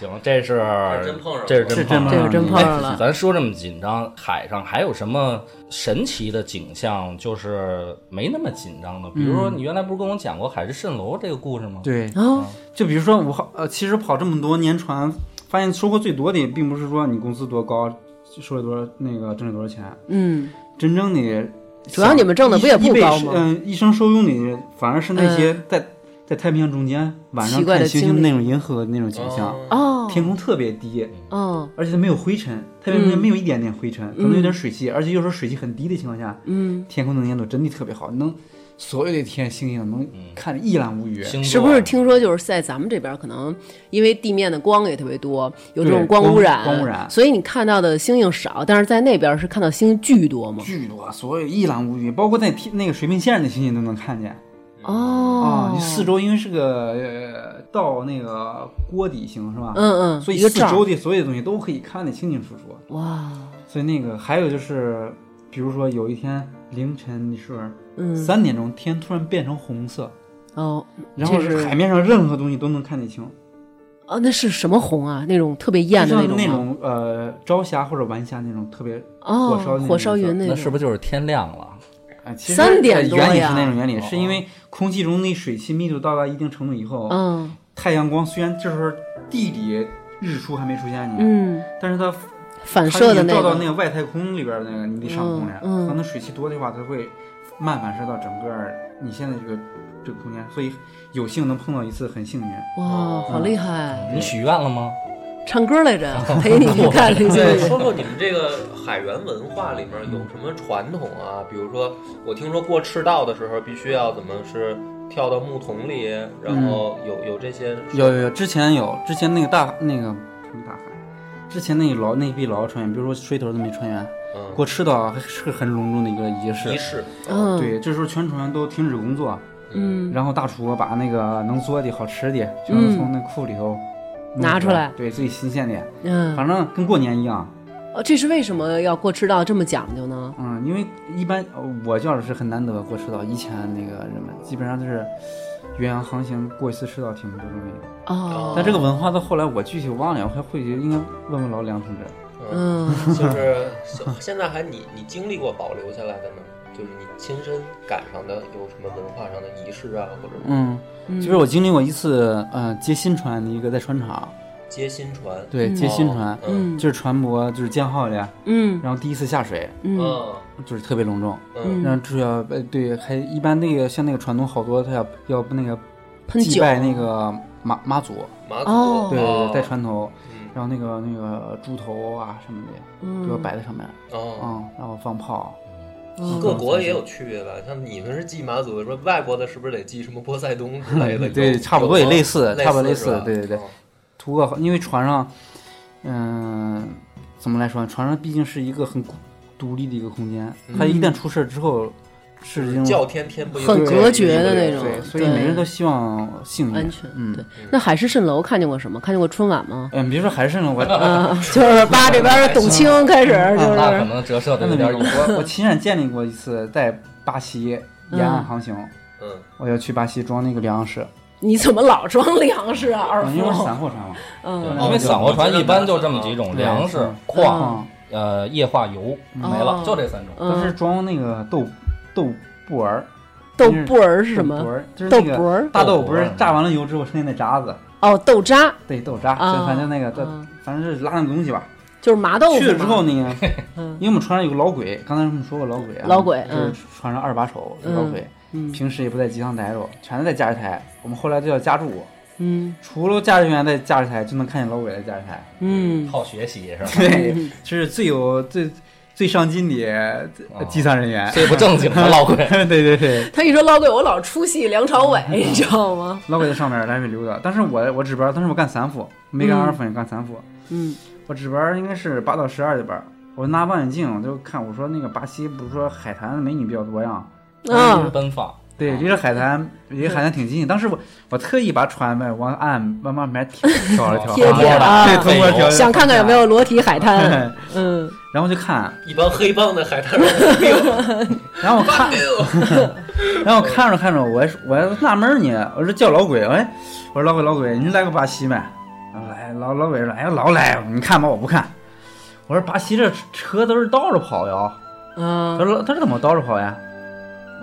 行，这是真碰上了这是真是碰上了真吗？这个真碰上了。咱说这么紧张，海上还有什么神奇的景象？就是没那么紧张的，比如说你原来不是跟我讲过海市蜃楼这个故事吗？，嗯对，哦，就比如说我好呃，其实跑这么多年船，发现收获最多的也并不是说你工资多高，收了多少那个挣了多少钱，嗯，真正的主要你们挣的不也不高吗嗯嗯，一生受用的反而是那些在、在太平洋中间晚上奇怪的看星经历星那种银河的那种景象，哦哦，天空特别低，嗯而且它没有灰尘，太平嗯洋没有一点点灰尘，可能有点水汽，而且有时候水汽很低的情况下，嗯，天空能见度真的特别好，能所有的天星星能看得一览无余。星座是不是听说就是在咱们这边儿可能因为地面的光也特别多，有这种对光光污染，光污染所以你看到的星星少，但是在那边儿是看到星巨多嘛？巨多，所有一览无余，包括在天那个水平线上的星星都能看见啊！哦，你四周因为是个呃到那个锅底形是吧？嗯嗯，所以一个四罩周儿的所有东西都可以看得清清楚楚。哇，所以那个还有就是，比如说有一天凌晨，你是嗯，三点钟，天突然变成红色，哦，然后这是海面上任何东西都能看得清，哦，那是什么红啊？那种特别就艳的像种那吗种呃朝霞或者晚霞那种特别，哦，火烧那火种烧云那那种，是不是就是天亮了？哎，其实三点多呀原理是那种原理，哦是因为空气中的水汽密度到达一定程度以后，嗯太阳光虽然这时候地底日出还没出现你，嗯，但是它反射的它已经照到那个，个外太空里边儿那个你得上空了，嗯嗯可能水汽多的话，它会慢反射到整个儿你现在这个这个空间，所以有幸能碰到一次很幸运。嗯哇，好厉害！啊你许愿了吗？唱歌来着，陪 你去看这对，些。说说你们这个海员文化里面有什么传统啊？比如说，我听说过赤道的时候必须要怎么是跳到木桶里，然嗯后有有这些有有有，之前有，之前那个大那个什么大海，之前那个老那批老船员，比如说水头都没船员，嗯过赤道还是很隆重的一个仪式。仪式，嗯，对，这时候全船都停止工作，嗯，然后大厨把那个能做的好吃的，全嗯从那库里头弄拿出来对，最新鲜的，嗯，反正跟过年一样。哦，这是为什么要过赤道这么讲究呢？嗯，因为一般呃我觉得是很难得过赤道，以前那个人们基本上都是远洋航行过一次赤道挺不容易的。哦，但这个文化到后来我具体忘了，我还会应该问问老梁同志。嗯，嗯，就是现现在还你你经历过保留下来的呢？就是你亲身赶上的有什么文化上的仪式啊，或者嗯，嗯就是我经历过一次，呃，接新船的一个在船厂，接新船，对，接新船哦，嗯嗯就是船舶就是建号的，嗯然后第一次下水嗯呃嗯就是特别隆重，嗯然后主要呃对，还一般那个像那个船东好多他要要不那个喷祭酒拜那个妈妈祖，马哦祖对对哦对，带船头，嗯然后那个那个猪头啊什么的，嗯都要摆在上面，哦。嗯，然后放炮，哦嗯各国也有区别吧，像你们是祭马祖，说外国的是不是得祭什么波塞冬之类的？ 对有差不多也类似有吗差不多类类是哦似吧对对对哦图个好，因为船上，嗯、怎么来说呢？船上毕竟是一个很孤独立的一个空间，它一旦出事儿之后，是已经叫天天不应，很对隔绝的那种对，嗯所以对每个人都希望幸安运。全。嗯对，那海市蜃楼看见过什么？看见过春晚 吗？嗯，别说海参了，我啊，就是八这边董卿开 始就那可是能折射的真有的没点有。远。我我亲眼见历过一次在巴西沿岸航行，嗯，我要去巴西装那个粮食，你怎么老装粮食啊，二嗯因为我是夫？散货船嘛，嗯，对哦因为散货船一般就这么几种：对粮食是、矿、嗯，呃液化油，没了，就这三种。都是嗯，装那个豆豆布儿，豆布儿是什豆布么？儿就是豆那布个儿大豆豆布不儿是榨完了油之后剩下那渣子，哦，豆渣对豆渣，啊就反正那个，豆啊反正是拉那个东西吧。就是麻豆腐嘛。去了之 后那个，嗯因为我们船上有个老鬼，刚才我们说过老鬼啊，老鬼就是嗯船上二把手是老鬼，嗯平时也不在机舱待着，全是在驾驶台。我们后来都叫家住，嗯除了驾驶员在驾驶台，就能看见老鬼在驾驶台。嗯，好学习是吧？ 对，这是最有最最上进的 哦机舱人员。，最不正经的老鬼对 对对，他一说老鬼，我老出戏梁朝 伟，你知道吗？老鬼在上面来回溜达。但是我我值班，但是我干三副，没干嗯二副，也干三副。嗯我值班应该是八到十二的班，我拿望远镜我就看，我说那个巴西不是说海滩美女比较多呀？一直啊， 奔放。对，啊离着海滩离海滩挺近。当时我我特意把船呗往岸慢慢慢挑挑了挑，贴贴啊对，通过挑，想看看有没有裸体海滩。哎。嗯， 然后就看，一帮黑帮的海滩然后我看， 然后我看着看着，我还说我还纳闷儿呢，我说叫老鬼，哎，我说老鬼老鬼，你来个巴西没？然后来老老鬼说，哎呀老来，你看吧，我不看。我说巴西这车都是倒着跑呀，啊他，说他是怎么倒着跑呀？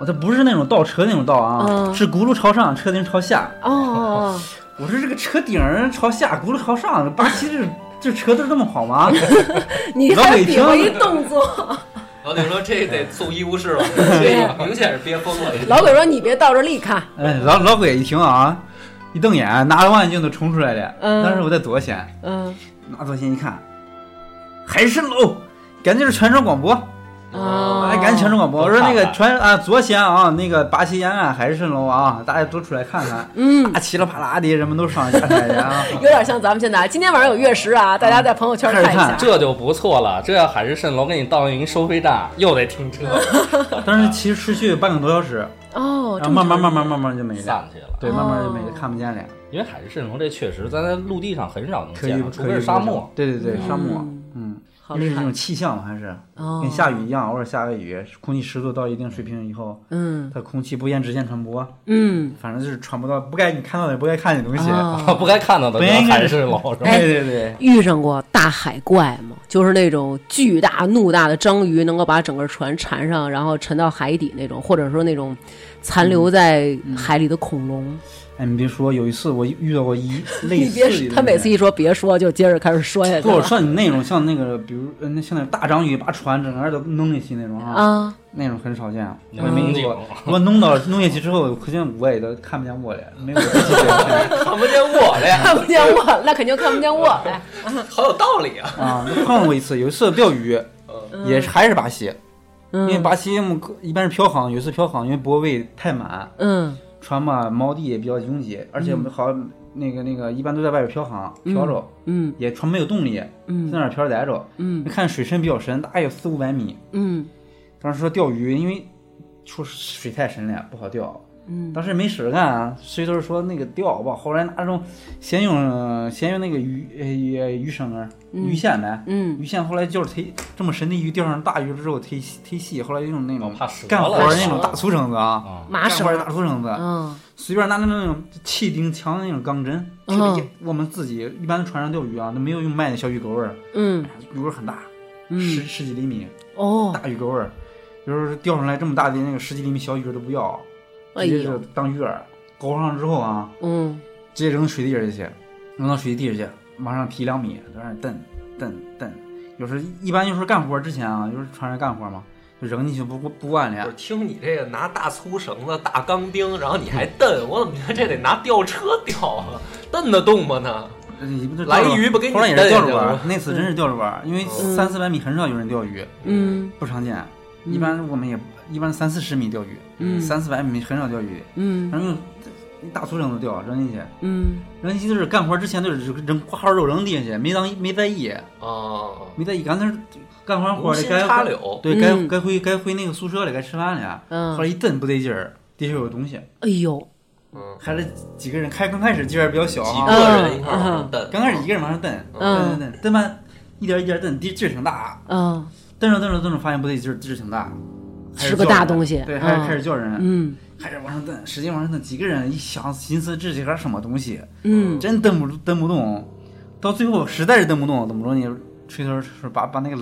我这不是那种倒车那种倒啊，嗯是轱辘朝上，车顶朝下。哦，我说这个车顶儿朝下，轱辘朝上，巴西这这车都是这么跑吗？ 你还比划一动作。老李说这得送医务 室了，这明显是憋疯了。老鬼说：“你别倒着立看，哎，老老鬼一听啊，一瞪眼，拿着望远镜都冲出来了。嗯当时我在左舷，嗯拿左舷一看，海参楼，赶紧是全程广播，啊，哎，赶紧全程广播。我说那都看个看全啊左舷啊，那个巴西沿岸海参楼啊，大家都出来看看。嗯，啊，噼里啪啦的，人们都上下台 了啊。有点像咱们现在，今天晚上有月食啊，大家在朋友圈看一下看。这就不错了，这要海市蜃楼给你倒一收费站，又得停车，但是其实持续半个多小时，哦，然这后么啊慢慢慢慢慢慢就没了， 散去了。对，哦慢慢就没了，看不见了，因为海市蜃楼这确实咱在陆地上很少能可见遇到，除可非遇是不沙可漠。求。对对对，沙漠，嗯，好因为厉是这害种气象还是哦，跟下雨一样，偶尔下个雨，空气湿度到一定水平以后，嗯它空气不沿直线传播，嗯，反正就是传播到不该你看到的、不该看见的东西。哦 不该看到的不应该海市蜃楼是吧？哎对对对，遇上过大海怪吗？就是那种巨大怒大的章鱼，能够把整个船缠上，然后沉到海底那种，或者说那种残留在海里的恐龙。哎，你别说，有一次我遇到 过一嗯类你似别的说，东西，他每次一说别说，就接着开始说下去不，我了。说你那种像那个，比如呃那像那大章鱼把船整个都弄进去那种啊，啊，那种很少见。我能没弄遇进过，我弄到弄进去之后，可见我也都看不见我了，没有自己的 看不见我哎的呀，看不见我，那肯定看不见我呗。好有道理啊！啊。碰过一次，有一次钓鱼，也是还是巴西，因为嗯巴西我们一般是漂航，有一次漂航因为泊位太满，嗯船嘛锚地也比较拥挤，而且我们好像那个那个一般都在外边漂航漂着，嗯也船没有动力，在嗯那儿漂着待着。嗯看水深比较深，大概有四五百米。嗯当时说钓鱼，因为说水太深了不好钓，嗯当时也没事儿干啊，谁都是说那个钓吧。后来拿那种先用先用那个鱼呃鱼鱼绳儿、嗯鱼线呗，嗯，鱼线后来就是忒这么深的鱼钓上大鱼之后忒细忒细，后来用那种怕哦折了干活儿那种大粗绳子啊，啊，麻干绳活儿大粗绳子，嗯随便拿那那种气钉枪的那种钢针，嗯特别我们自己一般船上钓鱼啊，都没有用卖的小鱼钩儿，嗯鱼钩儿很大，十嗯，十几厘米哦，大鱼钩儿，有时候钓上来这么大的那个十几厘米小鱼儿都不要，哎直接就呦，当鱼饵勾上之后啊，嗯直接扔水底下去，扔到水底下去，往上提两米，在那儿蹬蹬蹬。有时候一般就是干活之前啊，就是船上干活嘛，就扔进去不不不管哎我了。听你这个拿大粗绳子、大钢钉，然后你还蹬，我怎么觉得这得拿吊车吊啊？蹬得动吗呢？你不就来钓着一鱼不给你后来也是钓蹬着下玩去儿，那次真是钓着玩儿，因为嗯三四百米很少有人钓鱼，嗯不常见。嗯一般我们也一般三四十米钓鱼，嗯三四百米很少钓鱼。嗯然后一大粗粮都掉扔进去，嗯，扔进去就是干活之前就是扔瓜花肉扔地下去，没当没在意，哦，没在意，干脆干完活无儿心该插柳，对该嗯该回该回那个宿舍里该吃饭去，嗯后来一蹬不对劲儿，地下有东西，哎呦，嗯，还是几个人开刚开始劲儿比较小几啊，个人一块儿往上呃蹬，刚开始一个人往上蹬，蹬蹬嗯蹬蹬完一点一点蹬，地劲儿挺大啊，嗯蹬着蹬着蹬着发现不对劲儿，劲儿挺大，开始是个叫人大东西对，开始嗯开始叫人，嗯开始往上蹬，使劲往上蹬，几个人一想寻思这是点什么东西，嗯真蹬不蹬不动，到最后实在是蹬不动，怎么着呢？吹头是把把那个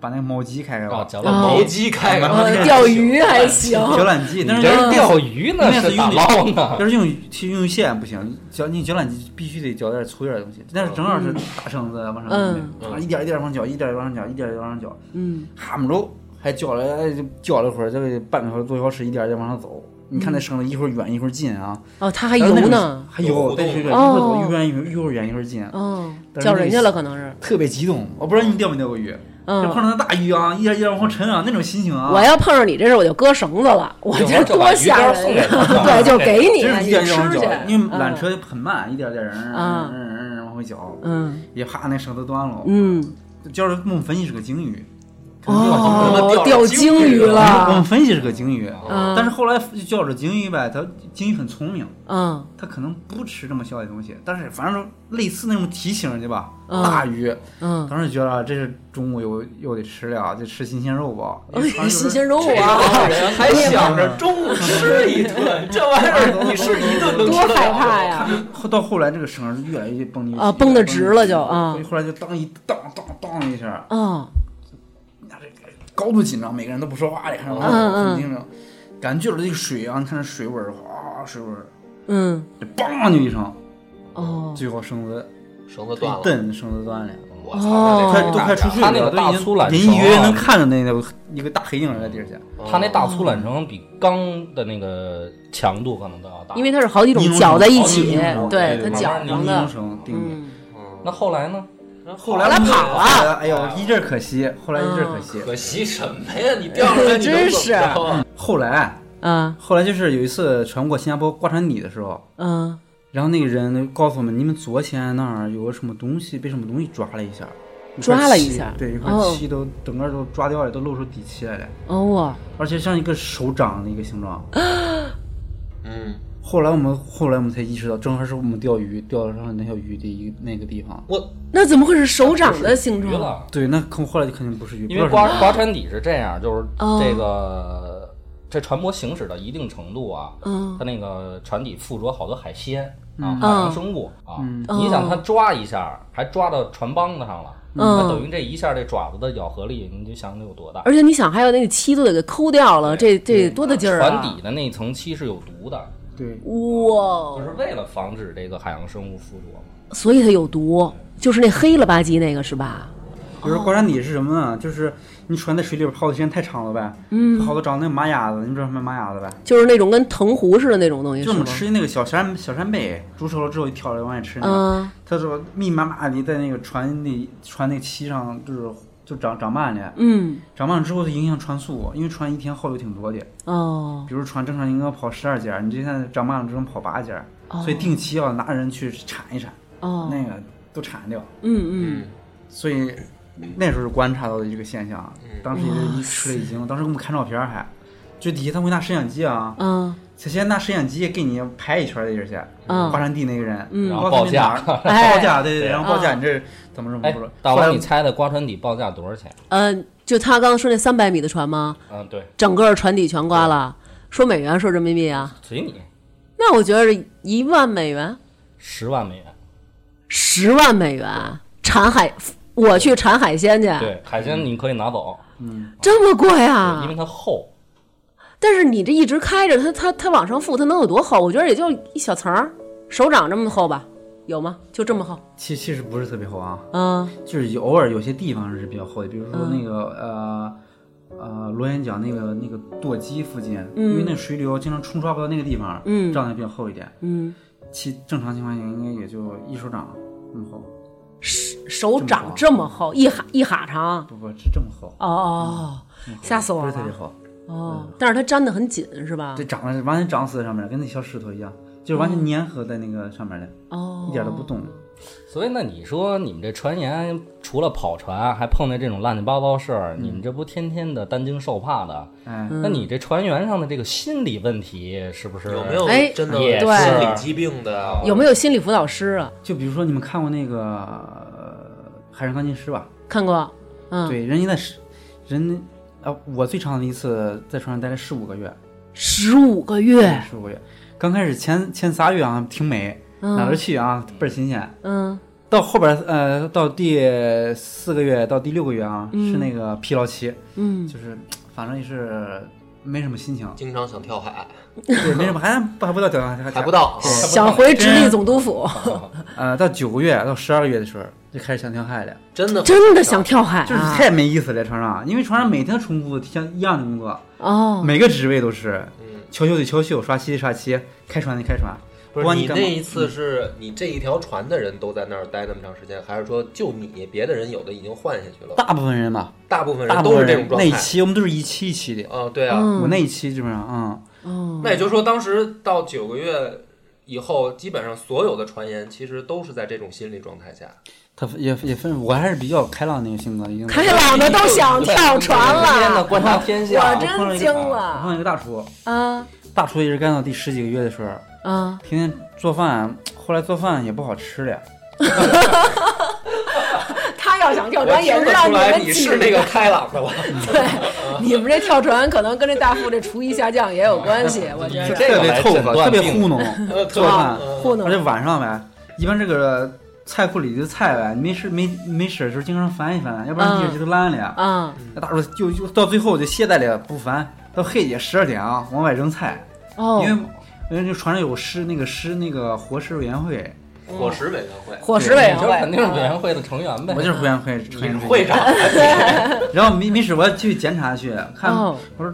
把那个毛机开开哦，吧，讲了了啊毛毛巾，鸡开开，呃，钓鱼还行，搅懒机，哎但你是这要是钓鱼呢，那是是打用力捞呢？要是用用线不行，搅你搅懒机必须得搅点粗点的东西，但是正好是大绳子往上嗯弄，啊一点一点往上搅，一点一点往上搅，一点一点往上搅，嗯哈姆着还搅了哎就搅了一会儿，这个半个小时多小时一点一点往上走。你看那绳子一会儿远一会儿近啊，哦，他嗯还还游呢，，哦还游，对对对，一会儿走一会儿远一会儿远一会儿近，嗯，但是叫那个人家了可能是，特别激动。我不知道你钓没钓过鱼，就碰嗯，上那大鱼啊，一点一点往上沉啊，那种心情啊，我要碰上你这事儿我就割绳子了，我一会这儿就把多鱼竿吓儿送人给呀！他们对，就给你，真是一你点一点往吃上去搅，，因为缆嗯，车很慢，一点点人，嗯嗯嗯嗯往回搅，嗯也怕那绳子断了。嗯，叫着我们分析是个鲸鱼，可能哦钓哦，钓钓鲸鲸鱼鱼鱼哎我们了，分析是个鲸鱼，嗯，但是后来就叫着鲸鱼呗，它鲸鱼很聪明，嗯它可能不吃这么小的东西，但是反正类似那种体型的吧，嗯大鱼，嗯，当时觉得啊这是中午又又得吃了，得吃新鲜肉吧，哎，新鲜肉啊，这人还想着中午吃一顿，这玩意儿你是一顿能多吃得害了怕吗？呀！后到后来这个绳儿就越来越绷得越紧啊绷得直了就啊后来就当一当当当一下，嗯你看这个高度紧张，每个人都不说话，也看着嗯嗯很紧张，感觉就是这个水啊，你看这水纹儿哗水纹儿，嗯这梆就一声，哦，最后绳子绳子断一了，蹬，绳子断了。我操，那哦快得都快出水他那了，个都大已粗经缆隐绳隐约约啊能看着那个一个大黑影儿在地儿下，他那大粗缆绳比钢的那个强度可能都要大。因为它是好几种尼龙搅在一绳起尼龙绳，对，它对搅尼成龙的，绳钉着。嗯，那后来呢？后来后来我们跑了嗯后来哎呦，一阵儿可惜，后来一阵儿可惜。嗯可惜什么呀？你掉出来你能真怎么是着啊后来，啊后来就是有一次船过新加坡挂船底的时候，嗯然后那个人告诉我们，你们昨天那儿有个什么东西被什么东西抓了一下，抓了一块下漆对，一块哦漆都、整个都抓掉了，都露出底漆来了，哦哇而且像一个手掌的一个形状。嗯，后来我们后来我们才意识到，正好是我们钓鱼钓上那条鱼的一个那个地方。我那怎么会是手掌的形鱼状？啊了，对，那可后来就肯定不是鱼，因为不知道刮刮船底嗯是这样，就是哦这个这船舶行驶到一定程度这船舶行驶到一定程度啊，嗯它那个船底附着好多海鲜啊嗯，海洋生物啊嗯，你想它抓一下，还抓到船帮子上了，嗯那等于这一下这爪子的咬合力，你就想有多大？而且你想，还有那个漆都得给抠掉了，这这多大劲儿船啊！底的那层漆是有毒的，对，就哇，是为了防止这个海洋生物附着嘛。所以它有毒，就是那黑了吧唧那个是吧？比如说刮船底是什么呢？就是你船在水里边泡的时间太长了呗，嗯，好多长那个马牙子，你知道什么麻鸭子呗？就是那种跟藤壶似的那种东西就是是我吗们？吃那个小扇小扇贝，煮熟了之后一挑着往外吃那个，嗯它说密密麻麻的在那个船里船那个漆上就是就长长慢了，嗯长慢了之后就影响船速，因为船一天耗油挺多的，哦比如船正常应该跑十二节儿，你这现在长慢了只能跑八节儿，所以定期要拿人去铲一铲，哦那个都铲掉，嗯嗯嗯，所以。那时候观察到的这个现象，当时也一吃了一惊。当时给我们看照片儿还，就底下他会拿摄像机啊，嗯首先拿摄像机给你拍一圈儿的就是，嗯华山地那个人，嗯然后告诉报你哪儿价， 报价，对对对，对然后报价，啊你这怎么怎么哎不说？，大后来王，你猜猜刮船底报价多少钱？呃，就他刚刚说那三百米的船吗？嗯，对，整个船底全刮了，说美元说人民币啊？随你，那我觉得是一万美元，十万美元。十万美元产海，我去产海鲜去，对，海鲜你可以拿走，这么贵因啊嗯啊为！它厚。但是你这一直开着，它它它往上覆，它能有多厚？我觉得也就一小层儿，手掌这么厚吧，有吗？就这么厚？其其实不是特别厚啊，嗯就是有偶尔有些地方是比较厚的，比如说那个呃呃螺旋桨那个那个舵机附近，因为那水流经常冲刷不到那个地方，嗯这样的比较厚一点。嗯，其正常情况下应该也就一手掌那么厚，手掌这么厚，一哈一哈长。不不是这么厚，哦哦这么厚吓死我不了是特别厚，哦哦，但是它粘得很紧是吧这？长得完全长死在上面了，跟那小石头一样。就是完全粘合在那个上面的，哦，一点都不动。所以那你说你们这传言除了跑船，还碰见这种乱七八糟事儿，嗯你们这不天天的担惊受怕的？哎，那你这船员上的这个心理问题是不是有没有哎真的也对心理疾病的？，有没有心理辅导师啊？就比如说你们看过那个呃《海上钢琴师》吧？看过，嗯，对，人家在十，人啊，我最长的一次在船上待了十五个月，十五个月，十五个月。刚开始前前仨月啊挺美，哪儿嗯去啊倍儿新鲜。嗯，到后边儿呃，到第四个月到第六个月啊，嗯是那个疲劳期，嗯，就是反正也是没什么心情经常想跳海，对，没什么，还不还不到屌还还不到，想回直隶总督府，呃，到九个月到十二个月的时候就开始想跳海了，真的真的想跳海啊，就是太没意思了，船上，因为船上每天重复像一样的工作，哦，每个职位都是嗯，敲绣的敲绣，刷漆的刷漆，开船的开船，不不是管你你干嘛那一次是你这一条船的人都在那儿待那么长时间，还是说就你别的人有的已经换下去了？大部分人吧，大部分大人部都分是这人种状那一态。期我们都是一期一期的，啊，对嗯啊，我那一期基本上，嗯，哦，那也就是说，当时到九个月以后，基本上所有的传言其实都是在这种心理状态下。他也也分，我还是比较开朗那个性格，已经开朗的都想跳船天呐，了，观察天下，啊我真惊我了碰到一个大厨，啊大厨也是干到第十几个月的时候，啊！天天做饭，后来做饭也不好吃了。 他要想跳我船，也听是得让出你来们你几是那个开朗的了，对，你们这跳船可能跟这大副这厨艺下降也有关系，我觉是得。这个特别来透诊合，断特别病 糊弄，呃 做饭，糊弄而且晚上呗，一般这个菜库里的菜呗，没事没没事的时候经常翻一翻，要不然嗯地址就烂了。啊那大叔就就到最后就懈怠了，不翻，到黑夜十二点啊往外扔菜，哦因，为因为这船上有师那个师那个伙食委员会，伙食委员会，伙食委员你就肯定是委会，哦员会的成员呗我。就是委员嗯会你是成员会长，然后没没事我要去检查去看，哦我说。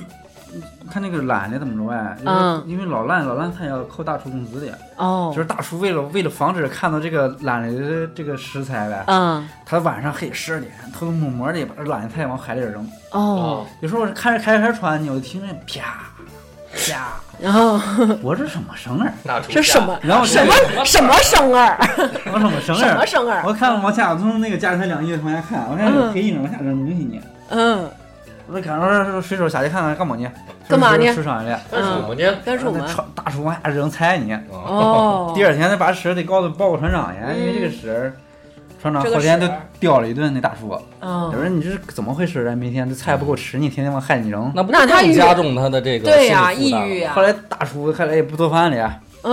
看那个懒的怎么着哎，因为、嗯因为老烂老烂菜要扣大厨工资的呀，哦就是大厨为了为了防止看到这个懒的这个食材呗，嗯他晚上黑十二点偷偷摸摸的把这懒菜往海里扔。哦，有时候我看着开着开着船呢，我就听着啪啪，然后我这什么声儿？大厨这什么然后什么什么生儿，我什么声什么儿？生儿，我看往下，我从那个驾驶台两翼往下看，我看有黑影往下扔东西呢。嗯，我就赶着水手下去看看干嘛呢？干嘛呢水手上来，干什么呢？嗯但是我们那船大厨往下扔菜呢。哦， 第二天他把屎得告诉报告船长呀，因为这个屎，船长后天这就个屎吊了一顿那大厨。哦有人你这是怎么回事啊？每天这菜不够吃，你天天往海里扔。那不那他更抑郁加重他的这个对呀，心理抑负担郁了啊呀嗯后，来大厨后来也不做饭了呀，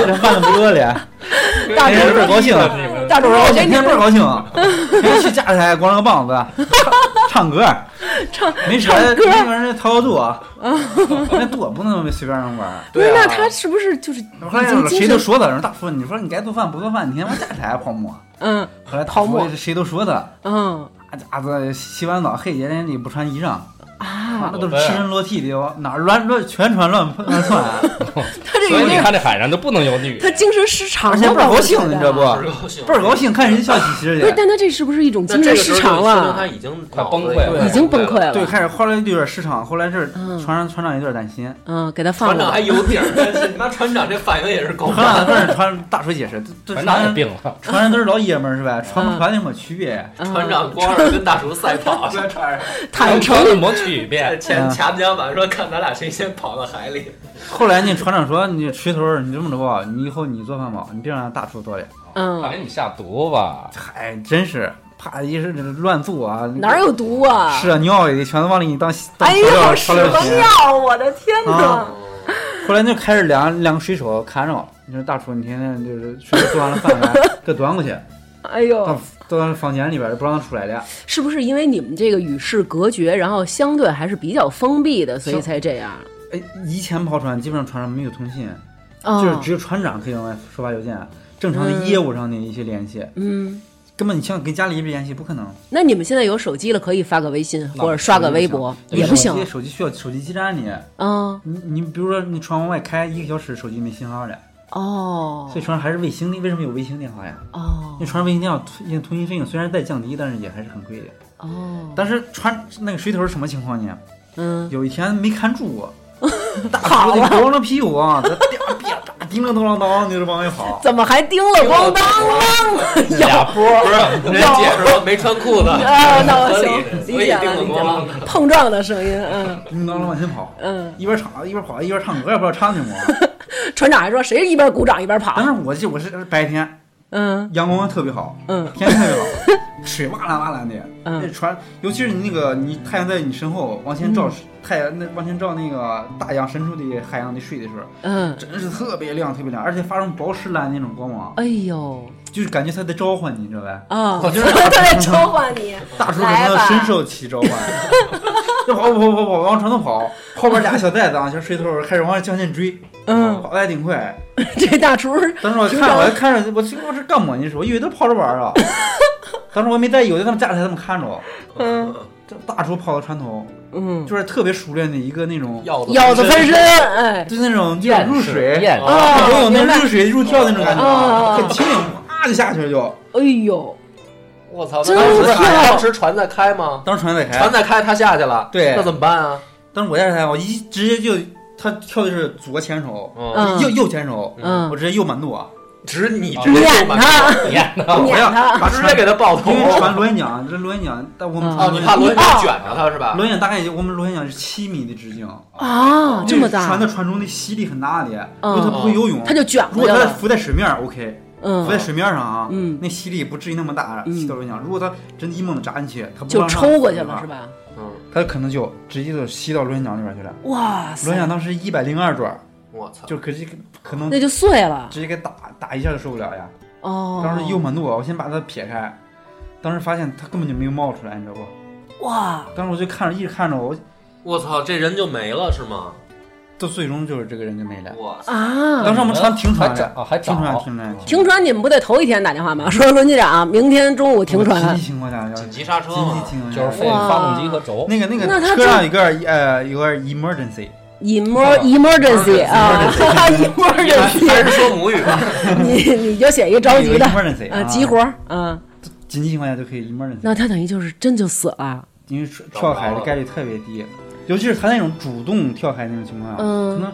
有点饭都不饿了 呀，大每天倍儿高兴，大主任，我觉得每你天倍儿高哎兴，每天去驾驶台光着个 膀子，唱唱歌，唱没事唱歌嗯没事人家掏掏肚，那肚不能随便让玩儿。对那啊，他是不是就是后来已经谁都精神说他，说大厨，你说你该做饭不做饭，你天天往驾驶台泡沫。嗯后来大泡厨沫谁都说他，嗯那家伙洗完澡黑爷人也不穿衣裳，啊那，都是赤身裸体的，往哪儿乱乱全船乱喷乱 窜。啊他这所个以有你点看这海上就不能有女他的，精神失常而了且吧，倍儿高兴我觉，得你知道不？倍儿高兴，倍儿高兴，看人笑嘻嘻不是，的。但他这是不是一种那精这神个时失候就常说明他了？已经快脑崩子溃了有点啊已经崩溃了。对，开始后来就有点失常，后来这嗯船上船长有点担心，嗯，给他放船长了啊还。 有点儿担心，那船长这反应也是哦够船长在这船大叔解释，这这船长也船病了。船上都是老爷们儿是吧？船不船有什么区别呀？嗯船长光着跟大厨赛跑，坦诚，什么区在别？ 嗯前卡不讲板说看咱俩谁先跑到海里，后来那船长说，你锤头，你这么着吧，你以后你做饭吧，你别让大厨做了。看嗯，来你下毒吧，嗨，真是啪一是乱做啊，哪有毒啊？是啊，尿也全都往里你当当哎调料呦，调什料么品。药？我的天哪啊！后来就开始两两个水手看着我，你说大厨，你天天就是水手做完了饭来 给端过去，哎呦到，到房间里边儿不让他出来了。是不是因为你们这个与世隔绝，然后相对还是比较封闭的，所以是才这样？哎，以前跑船基本上船上没有通信，啊就是只有船长可以往外收发邮件，正常的业务上的一些联系，嗯，根本你像跟家里边联系不可能。那你们现在有手机了，可以发个微信那或者刷个微博也不手机行手机需要手机基站里，啊。你你比如说你船往外开一个小时，手机没信号了，哦所以船上还是卫星的。为什么有卫星电话呀？哦那船上卫星电话通通信费用虽然在降低，但是也还是很贵的。哦，但是船那个水头是什么情况呢？嗯， 有一天没看住我，大跑头了得光着屁股啊，在地上叮了咚啷当，你就往外跑。怎么还叮了咣当啷？俩波不是人家解释说没穿裤子， 啊，那我合行理，所理以解叮了，了理解咣了啷。，碰撞的声音，嗯叮当啷往前跑，嗯。一边唱一边跑，一边唱歌，也不知道唱什 么。船长还说谁一边鼓掌一边但跑，是我记我是白天，嗯阳光特别好，嗯天气特别 好，水哇啦哇啦的。那嗯船，尤其是你那个你太阳在你身后往前照，太阳那往前照那个大洋深处的海洋的水的时候，嗯，真是特别亮，特别亮，而且发出宝石蓝那种光芒，哎呦就是感觉它在召唤你，你知道呗？啊，就 是特别召唤你，大叔来可吧能深受其召唤， 就跑跑跑跑往船头跑，后边俩小袋子啊，小水头开始往向前追，哦嗯，跑的还挺快。这大厨当时我看我还看着我这我这干嘛呢？是我以为他跑着玩 儿啊，当时我还没在意，我就在那架着他们看着我，嗯这大叔跑到船头，嗯，就是特别熟练的一个那种，要腰子翻身，哎，就那种就是入水，燕 啊哦都有那明白入水入跳那种感觉 哦哦哦啊，很轻盈，啪就下去了就。哎呦，我操！真那当时跳当时船在开吗？当时船在开船，在开，他下去了，哎对那怎么办啊？当时我在这开，我一直接就他跳的是左前手，嗯，嗯右右前手，嗯我，直接右满啊舵，只你直接撵就把他，我撵要他，把直接船给他爆头 因。为船螺旋桨，这螺旋桨，但我们嗯哦，船你怕螺轮旋子卷着他是吧？螺旋桨大概也就我们螺旋桨是七米的直径啊，啊，这么船大，在船中的吸力很大的，嗯因为它不会游泳他，就卷如过果去它了，浮在水面儿，OK，浮在嗯，水面上啊，嗯那吸力不至于那么大，啊嗯吸到螺旋桨。如果它真的一猛地扎进去，它不就往上抽过去浮的了话是？吧？嗯，它可能就直接就吸到螺旋桨里边啊去了。哇螺旋塞桨，当时一百零二转，我操！就可惜可能那就碎了直接给打打一下就受不了呀。哦，当时右满啊舵，我先把它撇开，当时发现它根本就没有冒出来，你知道不？哇，当时我就看着，一直看着我，我操，这人就没了是吗？到最终就是这个人就没了。我操！啊！当时我们船停还船找了，啊还哦停船找停船停船，你们不得头一天打电话吗？说轮机长，明天中午停紧船急。情况下要紧急刹车紧嘛急，情况就是下费发动机和轴，那个那个那他车这上有个呃有个 emergency， Emer emergency 啊，emergency，还是说母语吧。 你你就写一个着急的有个 emergency 啊，急活儿啊。紧急情况下就可以 emergency，那他等于就是真就死了。因为跳海的概率特别低，尤其是他那种主动跳海那种情况下，嗯可能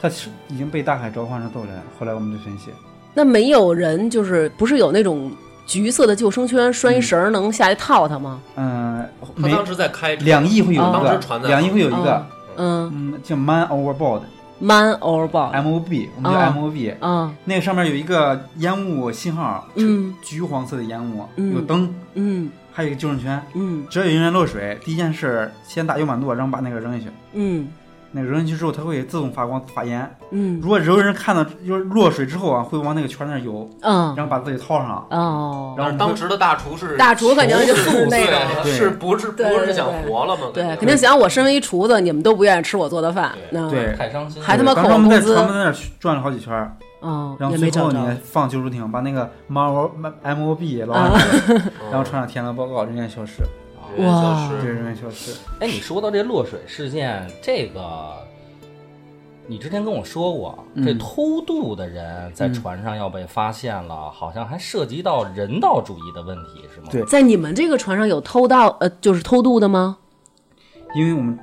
他是已经被大海召唤上斗来了。后来我们就分析，那没有人就是不是有那种橘色的救生圈拴一绳儿能下去套他吗？嗯，他没当时在开车，两亿会有一当时传个，的两亿会有一个哦，嗯嗯，叫 man overboard，M ，man or ball O B，我们叫哦 M O B，啊，那个上面有一个烟雾信号，嗯橘黄色的烟雾，嗯有灯，嗯还有一个救生圈。嗯只要有人漏水，第一件事先打右满舵，然后把那个扔下去。嗯那个扔下去之后，它会自动发光发烟。嗯如果有人看到就是落水之后啊，会往那个圈那儿游，嗯然后把自己套上。哦，但然是后我们当会时的大厨是大厨肯定就是那种。对，对啊是不是不对对是想活了吗？ 对，肯定想我身为一厨子，你们都不愿意吃我做的饭，那对，太伤心了。还他妈对扣当时我们在工资船在那儿转了好几圈儿，嗯，然后也最没找后着。你放救助艇，把那个 M O M O B 捞上啊去，嗯，然后船长填了报告，人员消失，人哇消对，失人员消失。啊哎，你说到这落水事件，这个你之前跟我说过，这嗯偷渡的人在船上要被发现了，好像还涉及到人道主义的问题，是吗？对在你们这个船上有偷盗呃，就是偷渡的吗？因为我们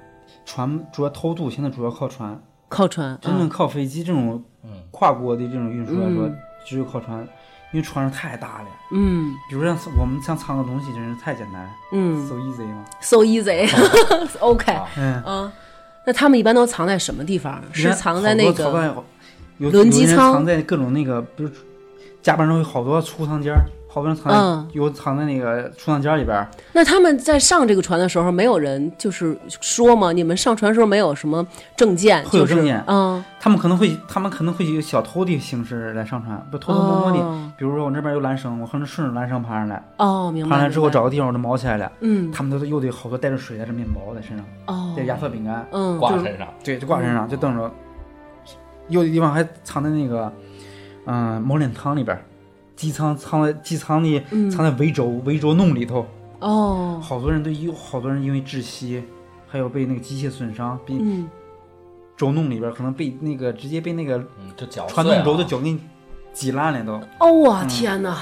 船主要偷渡，现在主要靠船，靠船，真正嗯靠飞机这种嗯跨国的这种运输来说嗯，只有靠船，因为船上太大了。嗯比如像我们像藏个东西，真是太简单了嗯，so easy 嘛。 ，so easy，OK，啊嗯，嗯，那他们一般都藏在什么地方？是藏在那好个多藏在有轮机舱有人藏在各种那个，比如甲板上有好多储藏间儿，好多人藏在、嗯有藏在那个储藏间儿里边儿。那他们在上这个船的时候，没有人就是说吗？你们上船的时候没有什么证件？会有证件就是嗯，他们可能会，他们可能会以小偷的形式来上船，不偷偷摸摸的。哦比如说我这边有缆绳，我可能顺着缆绳爬上来，哦，明白。爬上来之后明白找个地方我就毛起来了。嗯他们都又得好多带着水带着面包嗯在身上，哦带着压缩饼干，嗯挂身上，对，就挂身上，就等着。有的地方还藏在那个，嗯、毛脸汤里边儿，机舱藏在机舱里，嗯藏在围轴围轴弄里头。哦好多人都有好多人因为窒息，还有被那个机械损伤，被嗯轴弄里边儿可能被那个直接被那个嗯，这绞传碎动轴了啊的脚给挤烂了都。哦我天哪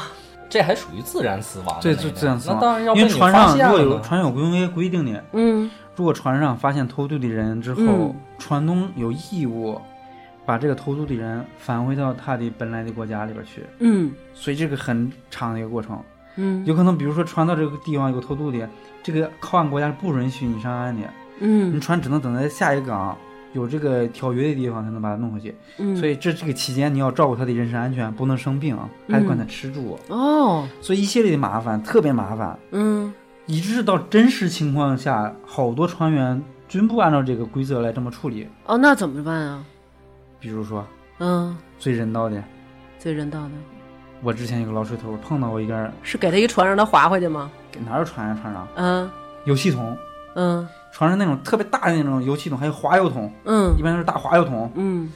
这还属于自然死亡的对那种，就自然死亡那当然要被啊因为你船发上现如果了有呢。船上有规规定的，嗯如果船上发现偷渡的人之后，嗯船东有义务把这个投宿的人返回到他的本来的国家里边去，嗯所以这个很长的一个过程。嗯有可能比如说船到这个地方有个偷渡的，这个靠岸国家是不允许你上岸的，你嗯船只能等在下一个港有这个条约的地方才能把它弄回去。嗯，所以这这个期间你要照顾他的人身安全，不能生病，还嗯得管他吃住，哦，所以一系列的麻烦特别麻烦，嗯以致到真实情况下，好多船员均不按照这个规则来这么处理。哦，那怎么办啊？比如说嗯，最人道的，最人道的我之前有个老水头碰到过一个人，是给他一船让他划回去吗？给哪有船呀、船上嗯油气桶，嗯船上那种特别大的那种油气桶，还有滑油桶，一嗯般都是大滑油桶。嗯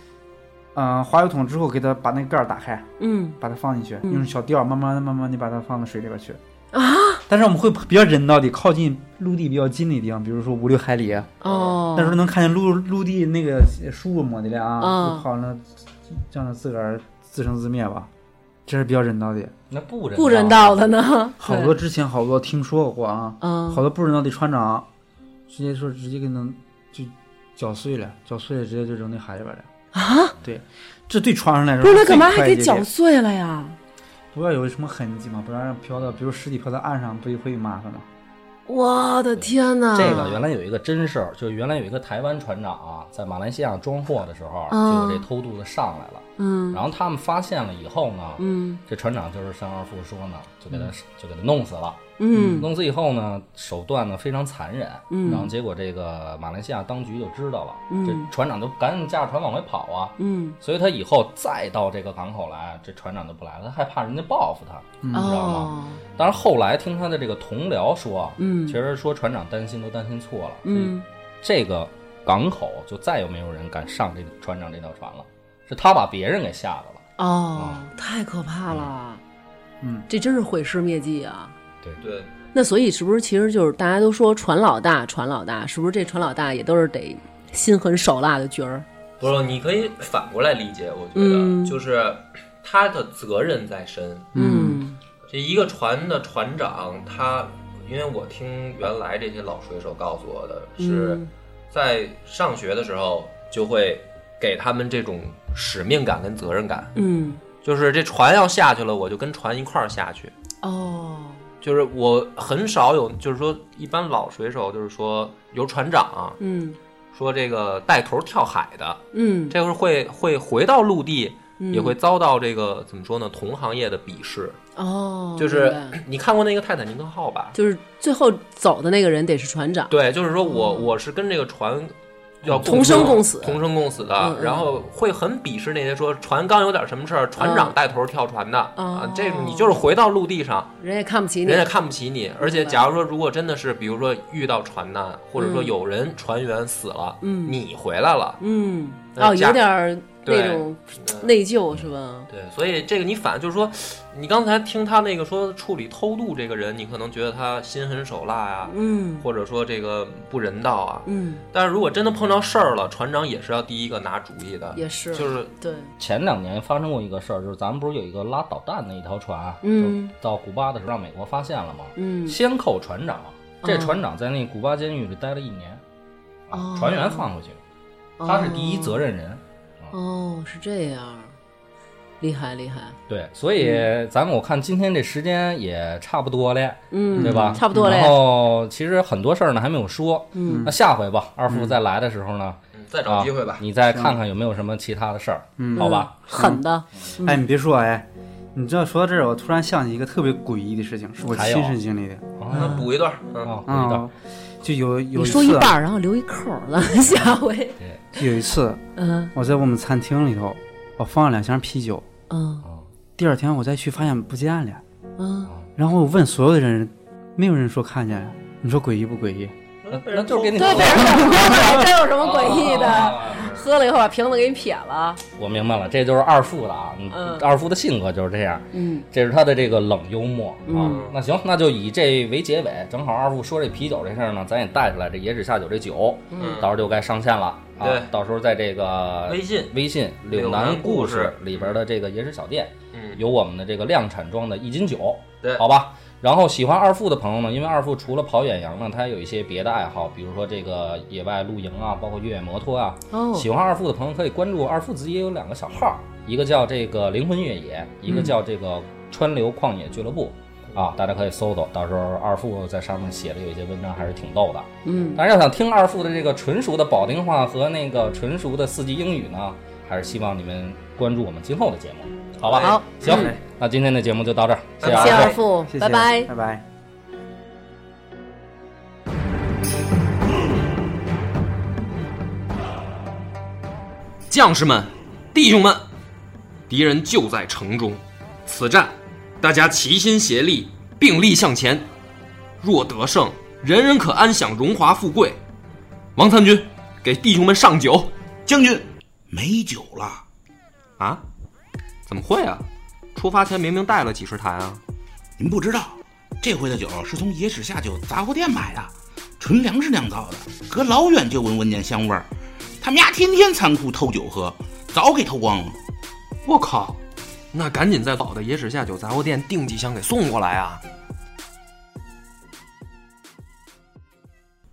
嗯、滑油桶之后，给它把那个盖儿打开，嗯，把它放进去，嗯用小吊儿慢慢的、慢慢的把它放到水里边去。啊！但是我们会比较人道的，靠近陆地比较近的地方，比如说五六海里，啊哦，那时候能看见陆陆地那个树么的了啊，嗯就跑那，让它自个儿自生自灭吧，这是比较人道的。那不人不人道的呢？好多之前好多听说过啊，嗯，好多不人道的船长，直接说直接给能就绞碎了，绞碎了直接就扔那海里边了。啊？对，这对船上来说不是那最干嘛还快给捷的绞碎了呀？不要有什么痕迹嘛，不要让漂到，比如尸体漂到岸上，不就会有麻烦吗？我的天哪！这个原来有一个真事儿，就是原来有一个台湾船长啊，在马来西亚装货的时候，就有嗯这偷渡的上来了。嗯然后他们发现了以后呢，嗯这船长就是像二副说呢，就给他就给他弄死了。嗯弄死以后呢，手段呢非常残忍。嗯然后结果这个马来西亚当局就知道了，嗯这船长就赶紧驾着船往回跑啊。嗯所以他以后再到这个港口来，这船长就不来了，他害怕人家报复他。嗯知道哦吗当然后来听他的这个同僚说，啊嗯其实说船长担心都担心错了，嗯，这个港口就再也没有人敢上这个船长这条船了，是他把别人给吓着了。啊哦，太可怕了！嗯，这真是毁尸灭迹啊！对，那所以是不是其实就是大家都说船老大，船老大，是不是这船老大也都是得心狠手辣的角儿？不是，你可以反过来理解，我觉得、嗯就是他的责任在身。嗯这一个船的船长，他因为我听原来这些老水手告诉我的是，嗯在上学的时候就会给他们这种使命感跟责任感，嗯，就是这船要下去了，我就跟船一块儿下去。哦，就是我很少有，就是说一般老水手就是说由船长嗯说这个带头跳海的，嗯这会儿会会回到陆地，嗯也会遭到这个怎么说呢？同行业的鄙视。哦，就是明白你看过那个《泰坦尼克号》吧？就是最后走的那个人得是船长。对，就是说我我是跟这个船要哦嗯同生共死同生共死嗯的，嗯然后会很鄙视那些说船刚有点什么事儿，船长带头跳船的嗯哦啊，这种你就是回到陆地上，人也看不起你人家看不起你。而且假如说如果真的是比如说遇到船难，或者说嗯有人船员死了，嗯你回来了，嗯，那哦，家有点儿那对种内疚是吧？对，所以这个你反就是说，你刚才听他那个说处理偷渡这个人，你可能觉得他心狠手辣呀、嗯或者说这个不人道啊。嗯，但是如果真的碰到事儿了，船长也是要第一个拿主意的，嗯也是，就是对，前两年发生过一个事儿，就是咱们不是有一个拉导弹的一条船，啊嗯就到古巴的时候让美国发现了吗？嗯先扣船长，这船长在那古巴监狱里待了一年，哦啊，船员放回去，他是第一责任人。哦，是这样，厉害厉害，对，所以咱们我看今天这时间也差不多了，嗯，对吧？差不多了然后其实很多事儿呢还没有说，嗯那下回吧，二副再来的时候呢，嗯再找机会吧啊。你再看看有没有什么其他的事儿，嗯好吧？狠的，哎，你别说，哎，你知道说到这儿，我突然想起一个特别诡异的事情，是我还有亲身经历的。那补一段儿，嗯，啊，回到啊，就有你有一说一次半啊，儿，然后留一扣儿，咱们 下回，就有一次嗯我在我们餐厅里头，我放了两箱啤酒，嗯啊第二天我再去发现不见了，嗯，然后我问所有的人，没有人说看见了。你说诡异不诡异？那那就是给你对，被人捅了，这有什么 诡异的？喝了以后把瓶子给你撇了， 我明白了，这就是二副的啊，嗯二副的性格就是这样，嗯这是他的这个冷幽默啊。嗯那行，那就以这为结尾，正好二副说这啤酒这事儿呢，咱也带出来这野史下酒这酒，嗯到时候就该上线了啊对。到时候在这个微信微信柳柳南南故故事事里边的这个野史小店，嗯，有我们的这个量产装的一斤酒，对好吧。然后喜欢二副的朋友呢，因为二副除了跑远洋呢，他还有一些别的爱好，比如说这个野外露营啊，包括越野摩托啊。哦，喜欢二副的朋友可以关注二副，自己也有两个小号儿，一个叫这个灵魂越野，一个叫这个川流旷野俱乐部。啊，大家可以搜搜，到时候二副在上面写的有一些文章还是挺逗的。嗯，但是要想听二副的这个纯熟的保定话和那个纯熟的四级英语呢，还是希望你们关注我们今后的节目，好吧？好行嗯，那今天的节目就到这儿，谢啊谢二拜拜谢位二副谢谢，拜拜。拜拜。将士们，弟兄们，敌人就在城中，此战大家齐心协力，并力向前。若得胜，人人可安享荣华富贵。王参军，给弟兄们上酒将军，没酒了，啊！怎么会啊？出发前明明带了几十坛啊！您不知道，这回的酒是从野史下酒杂货店买的，纯粮食酿造的，隔老远就闻闻见香味儿。他们家天天仓库偷酒喝，早给偷光了。我靠，那赶紧在老的野史下酒杂货店订几箱给送过来啊！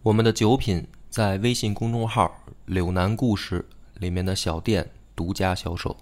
我们的酒品在微信公众号“柳南故事”里面的小店独家销售。